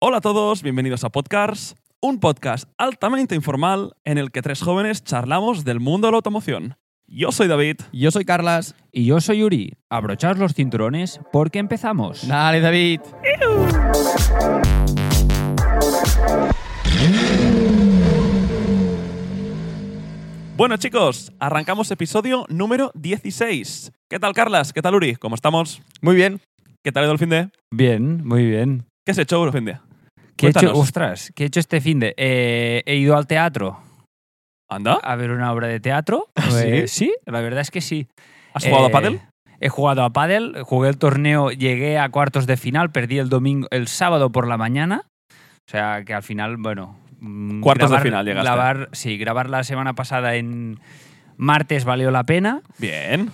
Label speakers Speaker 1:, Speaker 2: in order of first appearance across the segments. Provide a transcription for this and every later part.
Speaker 1: Hola a todos, bienvenidos a Podcasts, un podcast altamente informal en el que tres jóvenes charlamos del mundo de la automoción. Yo soy David.
Speaker 2: Yo soy Carlas.
Speaker 3: Y yo soy Yuri. Abrochaos los cinturones porque empezamos.
Speaker 2: Dale, David.
Speaker 1: Bueno chicos, arrancamos episodio número 16. ¿Qué tal Carlas? ¿Qué tal Uri? ¿Cómo estamos?
Speaker 2: Muy bien.
Speaker 1: ¿Qué tal el fin de?
Speaker 3: Bien, muy bien.
Speaker 1: ¿Qué has hecho el fin de?
Speaker 3: ¿Qué he hecho?
Speaker 1: Cuéntanos.
Speaker 3: Ostras, ¿qué he hecho este fin de? Eh, he ido al teatro
Speaker 1: ¿Anda?
Speaker 3: a ver una obra de teatro. Eh, sí, la verdad es que sí.
Speaker 1: ¿Ah, ¿Has jugado a
Speaker 3: Eh,
Speaker 1: pádel?
Speaker 3: He jugado a pádel, jugué el torneo, llegué a cuartos de final, perdí el domingo, el sábado por la mañana. O sea que al final, bueno. mm,
Speaker 1: Cuartos de final llegaste.
Speaker 3: grabar- sí, grabar la semana pasada en martes valió la pena.
Speaker 1: Bien.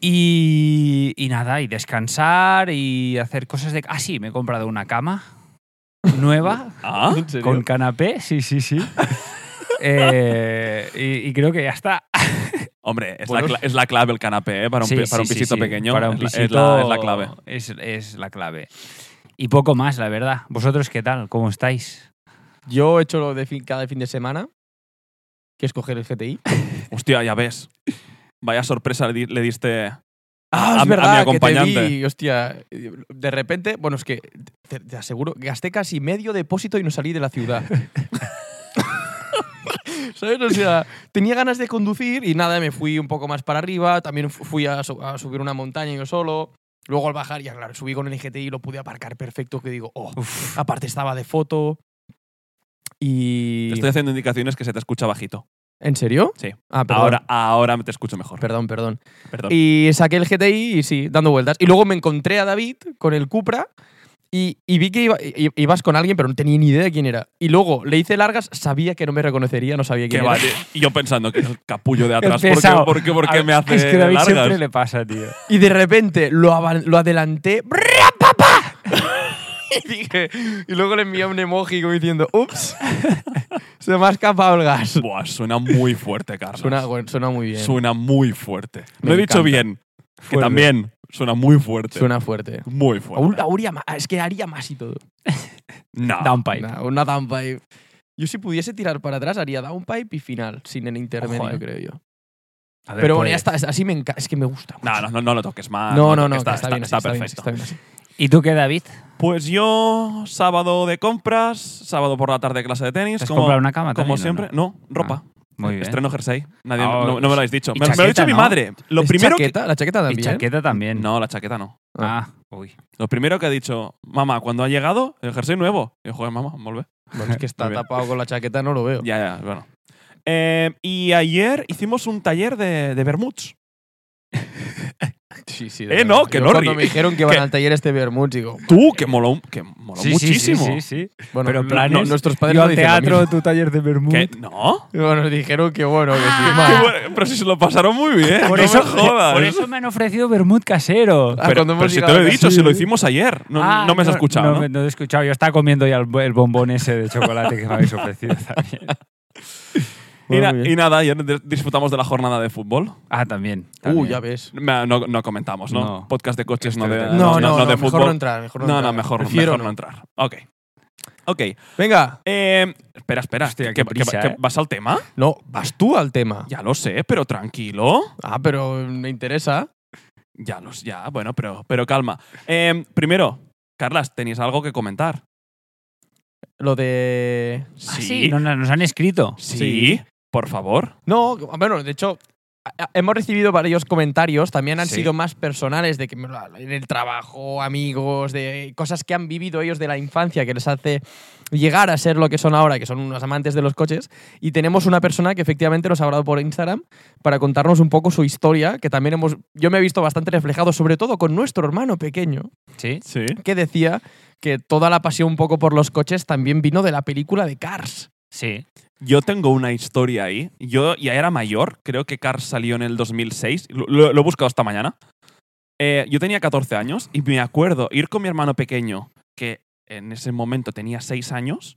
Speaker 3: Y, y nada, y descansar y hacer cosas de... Ah, sí, me he comprado una cama nueva
Speaker 1: Ah,
Speaker 3: con canapé, sí, sí, sí. Eh, y, y creo que ya está.
Speaker 1: hombre, es,
Speaker 2: Bueno.
Speaker 1: la, cla- es la clave el canapé, ¿eh? Para un,
Speaker 3: Sí,
Speaker 1: pi- para
Speaker 3: sí,
Speaker 1: un
Speaker 3: sí,
Speaker 1: pisito
Speaker 3: sí.
Speaker 1: pequeño.
Speaker 3: Para un
Speaker 1: es la-
Speaker 3: pisito
Speaker 1: es, la, es la clave.
Speaker 3: Es, es la clave. Y poco más, la verdad. ¿Vosotros qué tal? ¿Cómo estáis?
Speaker 2: Yo he hecho lo de fin- cada fin de semana, que es coger el GTI.
Speaker 1: Hostia, ya ves. Vaya sorpresa le, di- le diste.
Speaker 2: Ah,
Speaker 1: a mi- a mi
Speaker 2: Que
Speaker 1: acompañante.
Speaker 2: te vi, hostia, de repente, bueno, es que te, te aseguro, gasté casi medio depósito y no salí de la ciudad. ¿Sabes? O sea, tenía ganas de conducir y nada, me fui un poco más para arriba. También fu- fui a, su- a subir una montaña yo solo. Luego al bajar, ya claro, subí con el GTI y lo pude aparcar perfecto. Que digo, oh, aparte estaba de foto. Y.
Speaker 1: Te estoy haciendo indicaciones que se te escucha bajito.
Speaker 2: ¿En serio?
Speaker 1: Sí.
Speaker 2: Ah, perdón.
Speaker 1: Ahora, ahora te escucho mejor.
Speaker 2: Perdón, perdón.
Speaker 1: Perdón.
Speaker 2: Y saqué el GTI y sí, dando vueltas. Y luego me encontré a David con el Cupra y, y vi que iba- i- ibas con alguien, pero no tenía ni idea de quién era. Y luego le hice largas, sabía que no me reconocería, no sabía
Speaker 1: Que
Speaker 2: quién
Speaker 1: va,
Speaker 2: era.
Speaker 1: y yo pensando que es el capullo de atrás.
Speaker 3: El
Speaker 1: ¿Por qué,
Speaker 3: pesado.
Speaker 1: por qué, por qué
Speaker 3: Ah,
Speaker 1: me hace
Speaker 3: Es que David siempre
Speaker 1: largas?
Speaker 3: le pasa, tío.
Speaker 2: Y de repente lo, avan- lo adelanté. ¡Bra, papá! y dije. Y luego le envié un emoji como diciendo, ups, se me ha escapado el gas.
Speaker 1: Buah, suena muy fuerte, Carlos.
Speaker 2: Suena, bueno, suena muy bien.
Speaker 1: Suena muy fuerte.
Speaker 2: Me
Speaker 1: Lo he dicho
Speaker 2: encanta.
Speaker 1: bien. Que
Speaker 3: Fuerte.
Speaker 1: también suena muy fuerte.
Speaker 2: Suena fuerte.
Speaker 1: muy fuerte.
Speaker 2: Aún- aún haría más- es que haría más y todo.
Speaker 1: No.
Speaker 3: Downpipe.
Speaker 2: Nah, una downpipe. Yo si pudiese tirar para atrás haría downpipe y final, sin el intermedio,
Speaker 3: Ojo, eh.
Speaker 2: creo yo.
Speaker 3: A ver,
Speaker 2: Pero bueno, ya
Speaker 3: pues.
Speaker 2: está, es- así me encanta, es que me gusta.
Speaker 1: No,
Speaker 2: mucho.
Speaker 1: no, no, no lo toques más. lo
Speaker 2: no, no,
Speaker 1: toques.
Speaker 2: no, que
Speaker 1: está,
Speaker 2: está, bien,
Speaker 1: está-
Speaker 2: así,
Speaker 1: está
Speaker 2: bien,
Speaker 1: perfecto.
Speaker 2: así, está bien
Speaker 3: ¿Y tú qué, David?
Speaker 1: Pues yo, sábado de compras, sábado por la tarde clase de tenis.
Speaker 3: ¿Te has
Speaker 1: como-
Speaker 3: comprado una cama
Speaker 1: Como
Speaker 3: también, o no?
Speaker 1: siempre, no, ropa. Eh,
Speaker 3: Muy bien.
Speaker 1: Estreno jersey. Nadie,
Speaker 3: Ah,
Speaker 1: no, no me lo habéis dicho.
Speaker 3: y
Speaker 1: Me, me lo ha dicho
Speaker 3: chaqueta,
Speaker 1: mi
Speaker 3: ¿no?
Speaker 1: madre. Lo
Speaker 2: así.
Speaker 1: primero que-
Speaker 2: chaqueta? ¿La chaqueta
Speaker 3: Y
Speaker 2: también?
Speaker 3: chaqueta también.
Speaker 1: No, la chaqueta no.
Speaker 3: Ah, uy.
Speaker 1: Lo primero que ha dicho, mamá, cuando ha llegado, el jersey nuevo. Y yo, joder, mamá, volve.
Speaker 2: Bueno, es que está
Speaker 1: Muy bien.
Speaker 2: tapado con la chaqueta, no lo veo.
Speaker 1: Ya, ya, bueno. Eh, y ayer hicimos un taller de, de vermuts.
Speaker 2: Sí, sí.
Speaker 1: Eh, no, que no,
Speaker 2: Cuando
Speaker 1: ri-
Speaker 2: me dijeron que
Speaker 1: que-
Speaker 2: iban al taller este Bermud, digo,
Speaker 1: Tú, que moló, que moló
Speaker 3: Sí, sí, sí,
Speaker 1: muchísimo.
Speaker 3: Sí, sí,
Speaker 2: bueno,
Speaker 3: Pero
Speaker 2: no-
Speaker 3: planes,
Speaker 2: no- nuestros padres
Speaker 3: Yo
Speaker 2: no
Speaker 3: al
Speaker 2: dicen lo
Speaker 3: teatro,
Speaker 2: mismo.
Speaker 3: tu taller de Bermud.
Speaker 1: ¿Qué? ¿No?
Speaker 2: Y Bueno, nos dijeron que bueno, que sí.
Speaker 1: Qué bueno, Pero si se lo pasaron muy bien.
Speaker 3: Por,
Speaker 1: no
Speaker 3: eso,
Speaker 1: me jodas.
Speaker 3: por eso me han ofrecido Bermud casero.
Speaker 2: Ah,
Speaker 1: Pero,
Speaker 2: cuando hemos
Speaker 1: pero si te
Speaker 2: llegado
Speaker 1: lo he
Speaker 2: a
Speaker 1: dicho,
Speaker 2: casa-
Speaker 1: si lo hicimos ayer. No,
Speaker 3: Ah,
Speaker 1: no me has escuchado, ¿eh? ¿no?
Speaker 3: me- No, te he escuchado. Yo estaba comiendo ya el, bo- el bombón ese de chocolate que me habéis ofrecido también.
Speaker 1: Y, na-
Speaker 2: Muy
Speaker 1: y nada, ayer de- disfrutamos de la jornada de fútbol.
Speaker 3: Ah, también.
Speaker 2: Uh,
Speaker 3: también.
Speaker 2: ya ves.
Speaker 1: Me- No, no comentamos, ¿no?
Speaker 3: No.
Speaker 1: Podcast de coches, no de,
Speaker 3: No,
Speaker 2: No, no, no,
Speaker 1: de
Speaker 2: mejor
Speaker 1: fútbol.
Speaker 2: no entrar, mejor no
Speaker 1: no, no,
Speaker 2: entrar.
Speaker 1: mejor,
Speaker 2: Prefiero
Speaker 1: mejor no entrar. Ok. Ok.
Speaker 2: Venga,
Speaker 1: Eh, espera, espera.
Speaker 3: Hostia,
Speaker 1: ¿que- que-
Speaker 3: qué prisa,
Speaker 1: que-
Speaker 3: ¿eh?
Speaker 1: ¿Vas al tema?
Speaker 2: no, vas tú al tema.
Speaker 1: Ya lo sé, pero tranquilo.
Speaker 2: Ah, pero me interesa.
Speaker 1: Ya los, ya, bueno, pero, pero calma. Eh, primero, Carlas, ¿tenéis algo que comentar?
Speaker 2: Lo de
Speaker 3: Ah, sí, no- no- nos han escrito.
Speaker 1: sí,
Speaker 2: sí.
Speaker 1: por favor.
Speaker 2: No, bueno, de hecho, a- a- hemos recibido varios comentarios, también han
Speaker 1: Sí.
Speaker 2: sido más personales, de que me lo- en el trabajo, amigos, de cosas que han vivido ellos de la infancia que les hace llegar a ser lo que son ahora, que son unos amantes de los coches. Y tenemos una persona que efectivamente nos ha hablado por Instagram para contarnos un poco su historia, que también hemos, yo me he visto bastante reflejado, sobre todo con nuestro hermano pequeño,
Speaker 3: Sí.
Speaker 1: Sí.
Speaker 2: que decía que toda la pasión un poco por los coches también vino de la película de Cars.
Speaker 3: Sí.
Speaker 1: Yo tengo una historia ahí. Yo ya era mayor, creo que Cars salió en el 2006. Lo, lo- lo he buscado esta mañana. Eh, yo tenía 14 años y me acuerdo ir con mi hermano pequeño, que en ese momento tenía 6 años,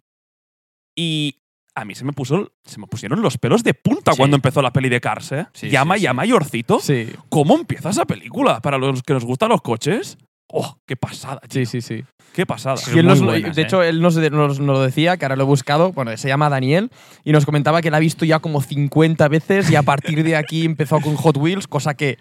Speaker 1: y a mí se me, puso, se me pusieron los pelos de punta
Speaker 3: Sí.
Speaker 1: cuando empezó la peli de Cars. ¿eh?
Speaker 3: Sí,
Speaker 1: ya,
Speaker 3: sí,
Speaker 1: ma-
Speaker 3: sí.
Speaker 1: ya mayorcito,
Speaker 2: Sí.
Speaker 1: ¿cómo empieza esa película? Para los que nos gustan los coches, ¡Oh, qué pasada!
Speaker 2: Sí, sí, sí.
Speaker 1: ¡Qué pasada!
Speaker 3: Sí.
Speaker 2: Y él
Speaker 3: muy
Speaker 2: nos-
Speaker 3: buenas,
Speaker 2: de
Speaker 3: eh.
Speaker 2: hecho, él nos, nos, nos lo decía, que ahora lo he buscado, bueno, se llama Daniel, y nos comentaba que la ha visto ya como 50 veces y a partir de aquí empezó con Hot Wheels, cosa que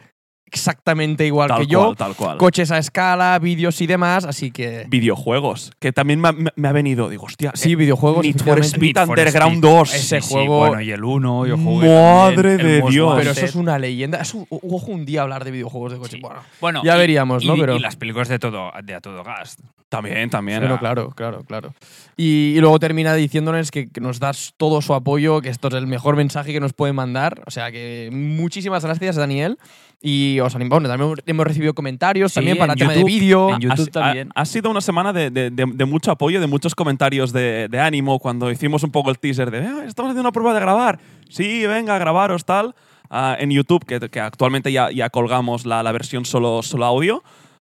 Speaker 2: exactamente igual
Speaker 1: Tal
Speaker 2: que
Speaker 1: cual,
Speaker 2: yo.
Speaker 1: tal cual.
Speaker 2: Coches a escala, vídeos y demás, así que...
Speaker 1: Videojuegos, que también me ha, me- me ha venido, digo, hostia,
Speaker 2: Sí,
Speaker 1: eh,
Speaker 2: videojuegos,
Speaker 1: Need for
Speaker 2: efectivamente.
Speaker 1: Speed
Speaker 3: Need for
Speaker 1: Underground
Speaker 3: Speed.
Speaker 1: 2.
Speaker 3: Ese
Speaker 2: Ese
Speaker 3: juego.
Speaker 2: juego-
Speaker 3: Bueno, y el 1, yo jugué
Speaker 1: Madre
Speaker 3: también,
Speaker 1: de
Speaker 3: el Most
Speaker 1: Dios.
Speaker 2: Pero eso
Speaker 3: Wanted.
Speaker 2: es una leyenda. Es un- ojo, un día hablar de videojuegos de coches.
Speaker 3: Sí.
Speaker 2: Bueno,
Speaker 3: Bueno,
Speaker 2: Ya
Speaker 3: y-
Speaker 2: veríamos, ¿no?
Speaker 3: y-
Speaker 2: Pero-
Speaker 3: Y las películas de todo, de a todo gas.
Speaker 1: También, también.
Speaker 2: bueno,
Speaker 1: ah.
Speaker 2: claro, claro, claro. Y, y luego termina diciéndonos que, que nos das todo su apoyo, que esto es el mejor mensaje que nos pueden mandar. O sea que muchísimas gracias, Daniel. Y os animamos. Bueno, también hemos recibido comentarios
Speaker 3: Sí,
Speaker 2: también para
Speaker 3: en
Speaker 2: tema de
Speaker 3: YouTube,
Speaker 2: vídeo.
Speaker 3: en YouTube
Speaker 1: ha,
Speaker 3: también.
Speaker 1: ha- ha sido una semana de, de- de- de mucho apoyo, de muchos comentarios de, de ánimo cuando hicimos un poco el teaser de "Ah, estamos haciendo una prueba de grabar. Sí, venga, grabaros tal. Ah, en YouTube, que, que actualmente ya, ya colgamos la, la versión solo, solo audio.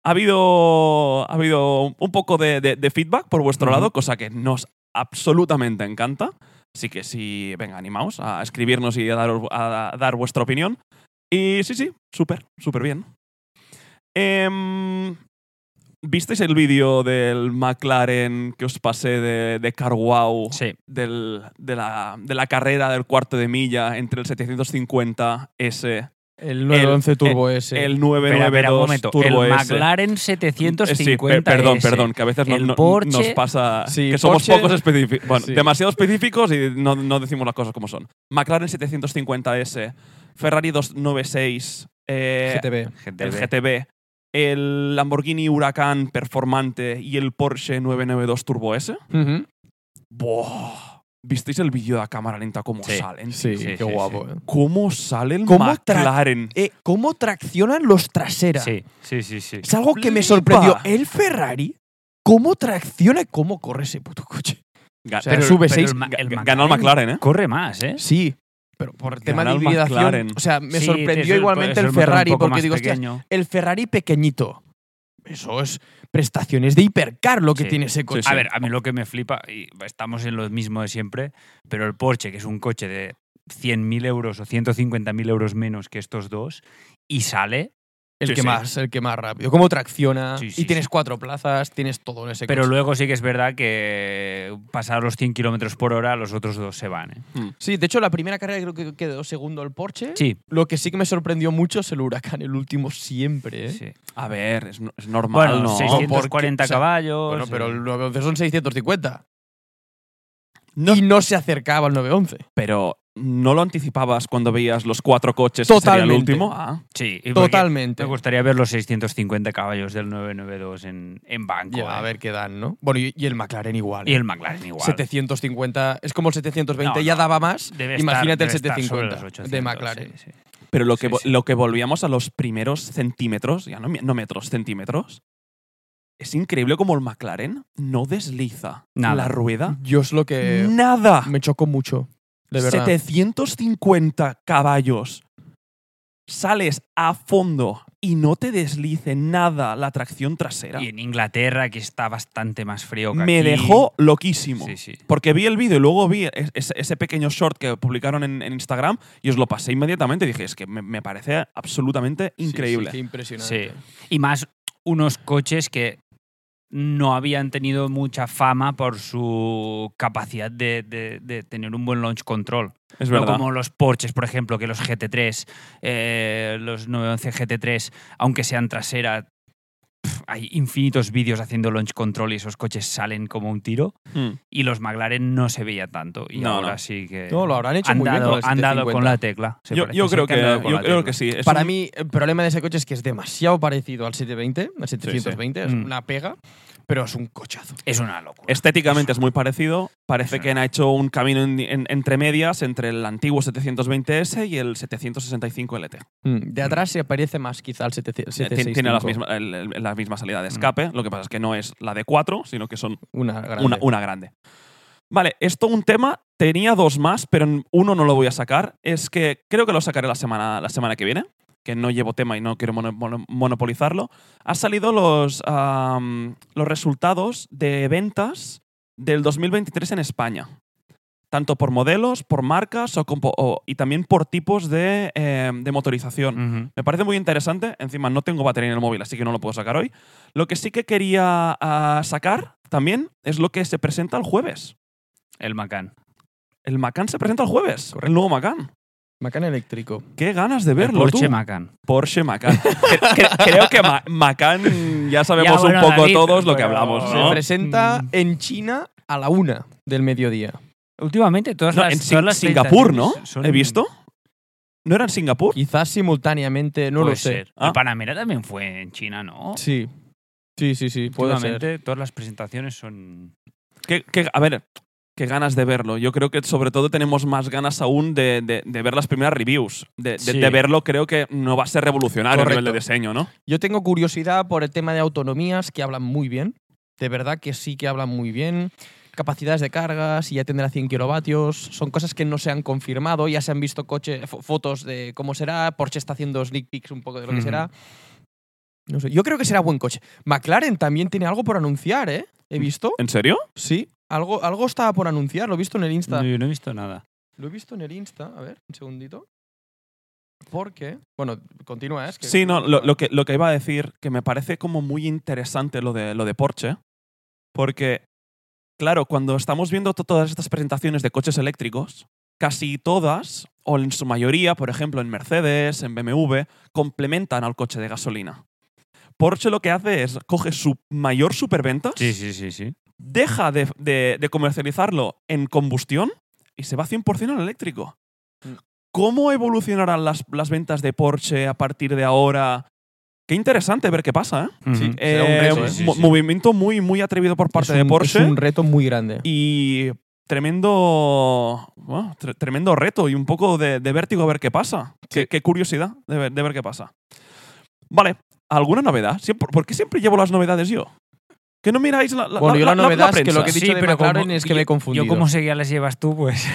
Speaker 1: Ha habido, ha habido un poco de, de- de feedback por vuestro
Speaker 2: Ujú.
Speaker 1: lado, cosa que nos absolutamente encanta. Así que sí, venga, animaos a escribirnos y a dar, a dar vuestra opinión. Y sí, sí, súper, súper bien. Em, ¿Visteis el vídeo del McLaren que os pasé de, de Carwow?
Speaker 3: Sí.
Speaker 1: del- de, la, de la carrera del cuarto de milla entre el 750S,
Speaker 2: El 911 Turbo S.
Speaker 1: el
Speaker 3: Espera, espera,
Speaker 1: 992
Speaker 3: un momento.
Speaker 1: Turbo
Speaker 3: el
Speaker 1: S.
Speaker 3: McLaren
Speaker 1: Eh,
Speaker 3: 750
Speaker 1: sí, pe- perdón, perdón, que a veces no-
Speaker 3: eh, El
Speaker 1: no-
Speaker 3: Porsche.
Speaker 1: nos pasa
Speaker 2: Sí,
Speaker 1: que somos
Speaker 2: Porsche.
Speaker 1: pocos específicos, bueno,
Speaker 2: Sí.
Speaker 1: demasiado específicos y no, no decimos las cosas como son. McLaren 750S, Ferrari 296, eh,
Speaker 2: GTB.
Speaker 1: el GTB, el Lamborghini Huracán Performante y el Porsche 992 Turbo S.
Speaker 2: Ujú.
Speaker 1: Buah. ¿Visteis el vídeo de cámara lenta cómo
Speaker 3: Sí.
Speaker 1: salen?
Speaker 2: Sí,
Speaker 3: sí,
Speaker 2: qué
Speaker 3: sí,
Speaker 2: guapo. eh.
Speaker 1: ¿Cómo sale el
Speaker 2: ¿Cómo tra-
Speaker 1: McLaren?
Speaker 2: Eh, ¿Cómo traccionan los traseras?
Speaker 3: Sí, sí, sí, sí.
Speaker 2: Es algo que
Speaker 1: Flipa.
Speaker 2: me sorprendió. El Ferrari, ¿cómo tracciona y cómo corre ese puto coche?
Speaker 1: Ga-
Speaker 2: O sea,
Speaker 1: pero-
Speaker 2: sube
Speaker 3: pero
Speaker 2: seis,
Speaker 3: el Ma- el
Speaker 1: ga- ganó el McLaren, ¿eh?
Speaker 3: Corre más, ¿eh?
Speaker 2: Sí, pero por tema de
Speaker 1: Ganó el
Speaker 2: hibridación.
Speaker 1: McLaren.
Speaker 2: O sea, me
Speaker 3: Sí, es
Speaker 2: sorprendió
Speaker 3: el- es
Speaker 2: igualmente el,
Speaker 3: motor un
Speaker 2: Ferrari,
Speaker 3: poco
Speaker 2: porque
Speaker 3: más
Speaker 2: digo, hostia,
Speaker 3: pequeño.
Speaker 2: el Ferrari pequeñito. Eso es prestaciones de hipercar lo que
Speaker 3: Sí.
Speaker 2: tiene ese coche.
Speaker 3: A ver, a mí lo que me flipa, y estamos en lo mismo de siempre, pero el Porsche, que es un coche de 100.000 euros o 150.000 euros menos que estos dos, y sale,
Speaker 2: el
Speaker 1: sí,
Speaker 2: que
Speaker 1: sí.
Speaker 2: más, el que más rápido. Cómo tracciona.
Speaker 3: Sí,
Speaker 2: y
Speaker 3: sí,
Speaker 2: tienes
Speaker 3: sí.
Speaker 2: cuatro plazas, tienes todo en ese
Speaker 3: pero
Speaker 2: coche.
Speaker 3: luego sí que es verdad que pasados los 100 kilómetros por hora, los otros dos se van. ¿eh?
Speaker 2: Sí, de hecho, la primera carrera creo que quedó segundo el Porsche.
Speaker 3: Sí,
Speaker 2: Lo que sí que me sorprendió mucho es el Huracán, el último siempre. ¿eh?
Speaker 3: sí.
Speaker 1: A ver, es, no- es normal,
Speaker 3: Bueno,
Speaker 1: ¿no?
Speaker 3: 640
Speaker 2: porque- o sea,
Speaker 3: caballos.
Speaker 2: Bueno, pero
Speaker 3: eh.
Speaker 2: el 911 son 650.
Speaker 1: No-
Speaker 2: Y no se acercaba al 911.
Speaker 1: Pero ¿no lo anticipabas cuando veías los cuatro coches que sería el
Speaker 2: Totalmente.
Speaker 1: último? Ah,
Speaker 3: Sí, y porque
Speaker 2: Totalmente.
Speaker 3: Me gustaría ver los 650 caballos del 992 en, en banco.
Speaker 2: Ya, a
Speaker 3: ¿eh?
Speaker 2: ver qué dan, ¿no? Bueno, y, y el McLaren igual.
Speaker 3: Y el McLaren igual.
Speaker 2: 750, es como el 720,
Speaker 3: No,
Speaker 2: ya
Speaker 3: no.
Speaker 2: daba más.
Speaker 3: Debe estar-
Speaker 2: Imagínate
Speaker 3: debe
Speaker 2: el
Speaker 3: estar sobre
Speaker 2: 750
Speaker 3: los 800,
Speaker 2: de McLaren.
Speaker 3: sí, sí.
Speaker 1: pero lo que,
Speaker 3: Sí,
Speaker 1: vo-
Speaker 3: sí.
Speaker 1: lo que volvíamos a los primeros centímetros, ya no, mi- no metros, centímetros, es increíble como el McLaren no desliza
Speaker 3: Nada. Mm.
Speaker 1: la rueda.
Speaker 2: Yo es lo que
Speaker 1: Nada.
Speaker 2: Ah. me chocó mucho, Eh, de verdad.
Speaker 1: 750 caballos. Sales a fondo y no te deslice nada la tracción trasera.
Speaker 3: Y en Inglaterra, que está bastante más frío que
Speaker 1: Me
Speaker 3: aquí.
Speaker 1: dejó loquísimo.
Speaker 3: Sí, sí.
Speaker 1: Porque vi el vídeo y luego vi es- es- ese pequeño short que publicaron en, en Instagram y os lo pasé inmediatamente. Dije, es que me, me parece absolutamente
Speaker 2: Sí, sí,
Speaker 1: increíble.
Speaker 2: qué
Speaker 3: Sí.
Speaker 2: impresionante.
Speaker 3: Y más unos coches que no habían tenido mucha fama por su capacidad de, de- de tener un buen launch control.
Speaker 1: Es
Speaker 3: No
Speaker 1: verdad.
Speaker 3: como los Porsches, por ejemplo, que los GT3, eh, los 911 GT3, aunque sean trasera, pf, hay infinitos vídeos haciendo launch control y esos coches salen como un tiro.
Speaker 1: Mm.
Speaker 3: Y los McLaren no se veía tanto. Y
Speaker 1: No,
Speaker 3: ahora
Speaker 1: no.
Speaker 3: sí que.
Speaker 2: No, lo habrán hecho
Speaker 3: han
Speaker 2: muy bien
Speaker 3: dado,
Speaker 2: con los
Speaker 3: han dado
Speaker 2: 750.
Speaker 3: con la tecla. Se
Speaker 1: Yo,
Speaker 3: parece
Speaker 1: yo
Speaker 3: ser
Speaker 1: creo que,
Speaker 3: han dado con
Speaker 1: yo
Speaker 3: la
Speaker 1: creo
Speaker 3: tecla.
Speaker 1: que sí. Es
Speaker 2: Para
Speaker 1: un-
Speaker 2: mí, el problema de ese coche es que es demasiado parecido al 720, al 720, es
Speaker 3: Mm.
Speaker 2: una pega, pero es un cochazo.
Speaker 3: Es una locura.
Speaker 1: Estéticamente es muy parecido. Parece
Speaker 3: Sí.
Speaker 1: que han hecho un camino en- en- entre medias entre el antiguo 720S y el 765 LT.
Speaker 2: Mm, De atrás se parece más quizá al 700
Speaker 1: Eh, tien-
Speaker 2: 765.
Speaker 1: Eh, Tiene las mismas, el- el- la misma salida de
Speaker 3: Mm.
Speaker 1: escape. Lo que pasa es que no es la de 4, sino que son
Speaker 2: Una grande.
Speaker 1: una, una grande. Vale, esto un tema. Tenía dos más, pero en uno no lo voy a sacar. Es que creo que lo sacaré la semana, la semana que viene, que no llevo tema y no quiero mono- mono- monopolizarlo. Han salido los, am, los resultados de ventas del 2023 en España. tanto por modelos, por marcas o con po- o- y también por tipos de, eh, de motorización.
Speaker 3: Ujú.
Speaker 1: Me parece muy interesante. Encima no tengo batería en el móvil, así que no lo puedo sacar hoy. Lo que sí que quería ah, sacar también es lo que se presenta el jueves.
Speaker 3: El Macan.
Speaker 1: El Macan se presenta el jueves. El nuevo Macan.
Speaker 2: Macan eléctrico.
Speaker 1: Qué ganas de verlo.
Speaker 3: el Porsche
Speaker 1: tú.
Speaker 3: Macan.
Speaker 1: Porsche Macan. Cre- cre- Creo que Ma- Macan ya sabemos
Speaker 3: Ya, bueno,
Speaker 1: un poco
Speaker 3: David,
Speaker 1: todos lo que
Speaker 3: pero-
Speaker 1: hablamos,
Speaker 2: Se
Speaker 1: ¿no?
Speaker 2: presenta
Speaker 3: Mm.
Speaker 2: en China a la una del mediodía.
Speaker 3: Últimamente todas
Speaker 1: No,
Speaker 3: las
Speaker 1: en
Speaker 3: todas
Speaker 1: Sin-
Speaker 3: las
Speaker 1: Singapur, ¿no?
Speaker 3: tentativas son-
Speaker 1: He visto. ¿No era en Singapur?
Speaker 2: Quizás simultáneamente, no
Speaker 3: Puede
Speaker 2: lo sé.
Speaker 3: ser.
Speaker 1: Ah.
Speaker 3: El Panamera también fue en China, ¿no?
Speaker 2: Sí. Sí, sí, sí, puede ser.
Speaker 3: Últimamente todas las presentaciones son
Speaker 1: Qué- qué- a ver, qué ganas de verlo. Yo creo que sobre todo tenemos más ganas aún de, de- de ver las primeras reviews. De, de-
Speaker 3: Sí.
Speaker 1: de verlo creo que no va a ser revolucionario a nivel de
Speaker 2: Correcto.
Speaker 1: diseño, ¿no?
Speaker 2: Yo tengo curiosidad por el tema de autonomías, que hablan muy bien. De verdad que sí que hablan muy bien. Capacidades de carga, si ya tendrá 100 kilovatios. Son cosas que no se han confirmado. Ya se han visto coche, fo- fotos de cómo será. Porsche está haciendo sneak peeks un poco de lo que
Speaker 3: Ujú.
Speaker 2: será. No sé, yo creo que será buen coche. McLaren también tiene algo por anunciar, ¿eh? ¿He visto?
Speaker 1: ¿En serio?
Speaker 2: Sí. Algo, algo estaba por anunciar, lo he visto en el Insta.
Speaker 3: No, yo no he visto nada.
Speaker 2: Lo he visto en el Insta, a ver, un segundito. Porque, bueno, continúa, ¿eh? es que
Speaker 1: Sí, no, lo, lo que, lo que iba a decir, que me parece como muy interesante lo de, lo de Porsche, porque, claro, cuando estamos viendo to- todas estas presentaciones de coches eléctricos, casi todas, o en su mayoría, por ejemplo, en Mercedes, en BMW, complementan al coche de gasolina. Porsche lo que hace es coge su mayor superventas,
Speaker 3: Sí, sí, sí, sí.
Speaker 1: deja de, de- de comercializarlo en combustión y se va 100% al eléctrico.
Speaker 2: Mm.
Speaker 1: ¿Cómo evolucionarán las, las ventas de Porsche a partir de ahora? Qué interesante ver qué pasa, ¿eh?
Speaker 2: Sí.
Speaker 3: Ujú.
Speaker 2: Será un reto,
Speaker 1: Eh,
Speaker 3: ¿eh? Sí, sí,
Speaker 1: mo-
Speaker 3: sí.
Speaker 1: Movimiento muy, muy atrevido por parte
Speaker 2: es
Speaker 1: de
Speaker 2: un-
Speaker 1: Porsche
Speaker 2: Es un reto muy grande.
Speaker 1: y tremendo, bueno, tre- tremendo reto y un poco de, de vértigo a ver qué pasa. Qué, qué curiosidad de ver, de ver qué pasa. Vale, ¿alguna novedad? Siempre- ¿Por qué siempre llevo las novedades yo? Que no miráis la, la,
Speaker 2: Bueno, yo la novedad es que
Speaker 1: prensa?
Speaker 2: lo que he dicho de McLaren es que me he confundido.
Speaker 3: Yo como sé que ya las llevas tú, pues...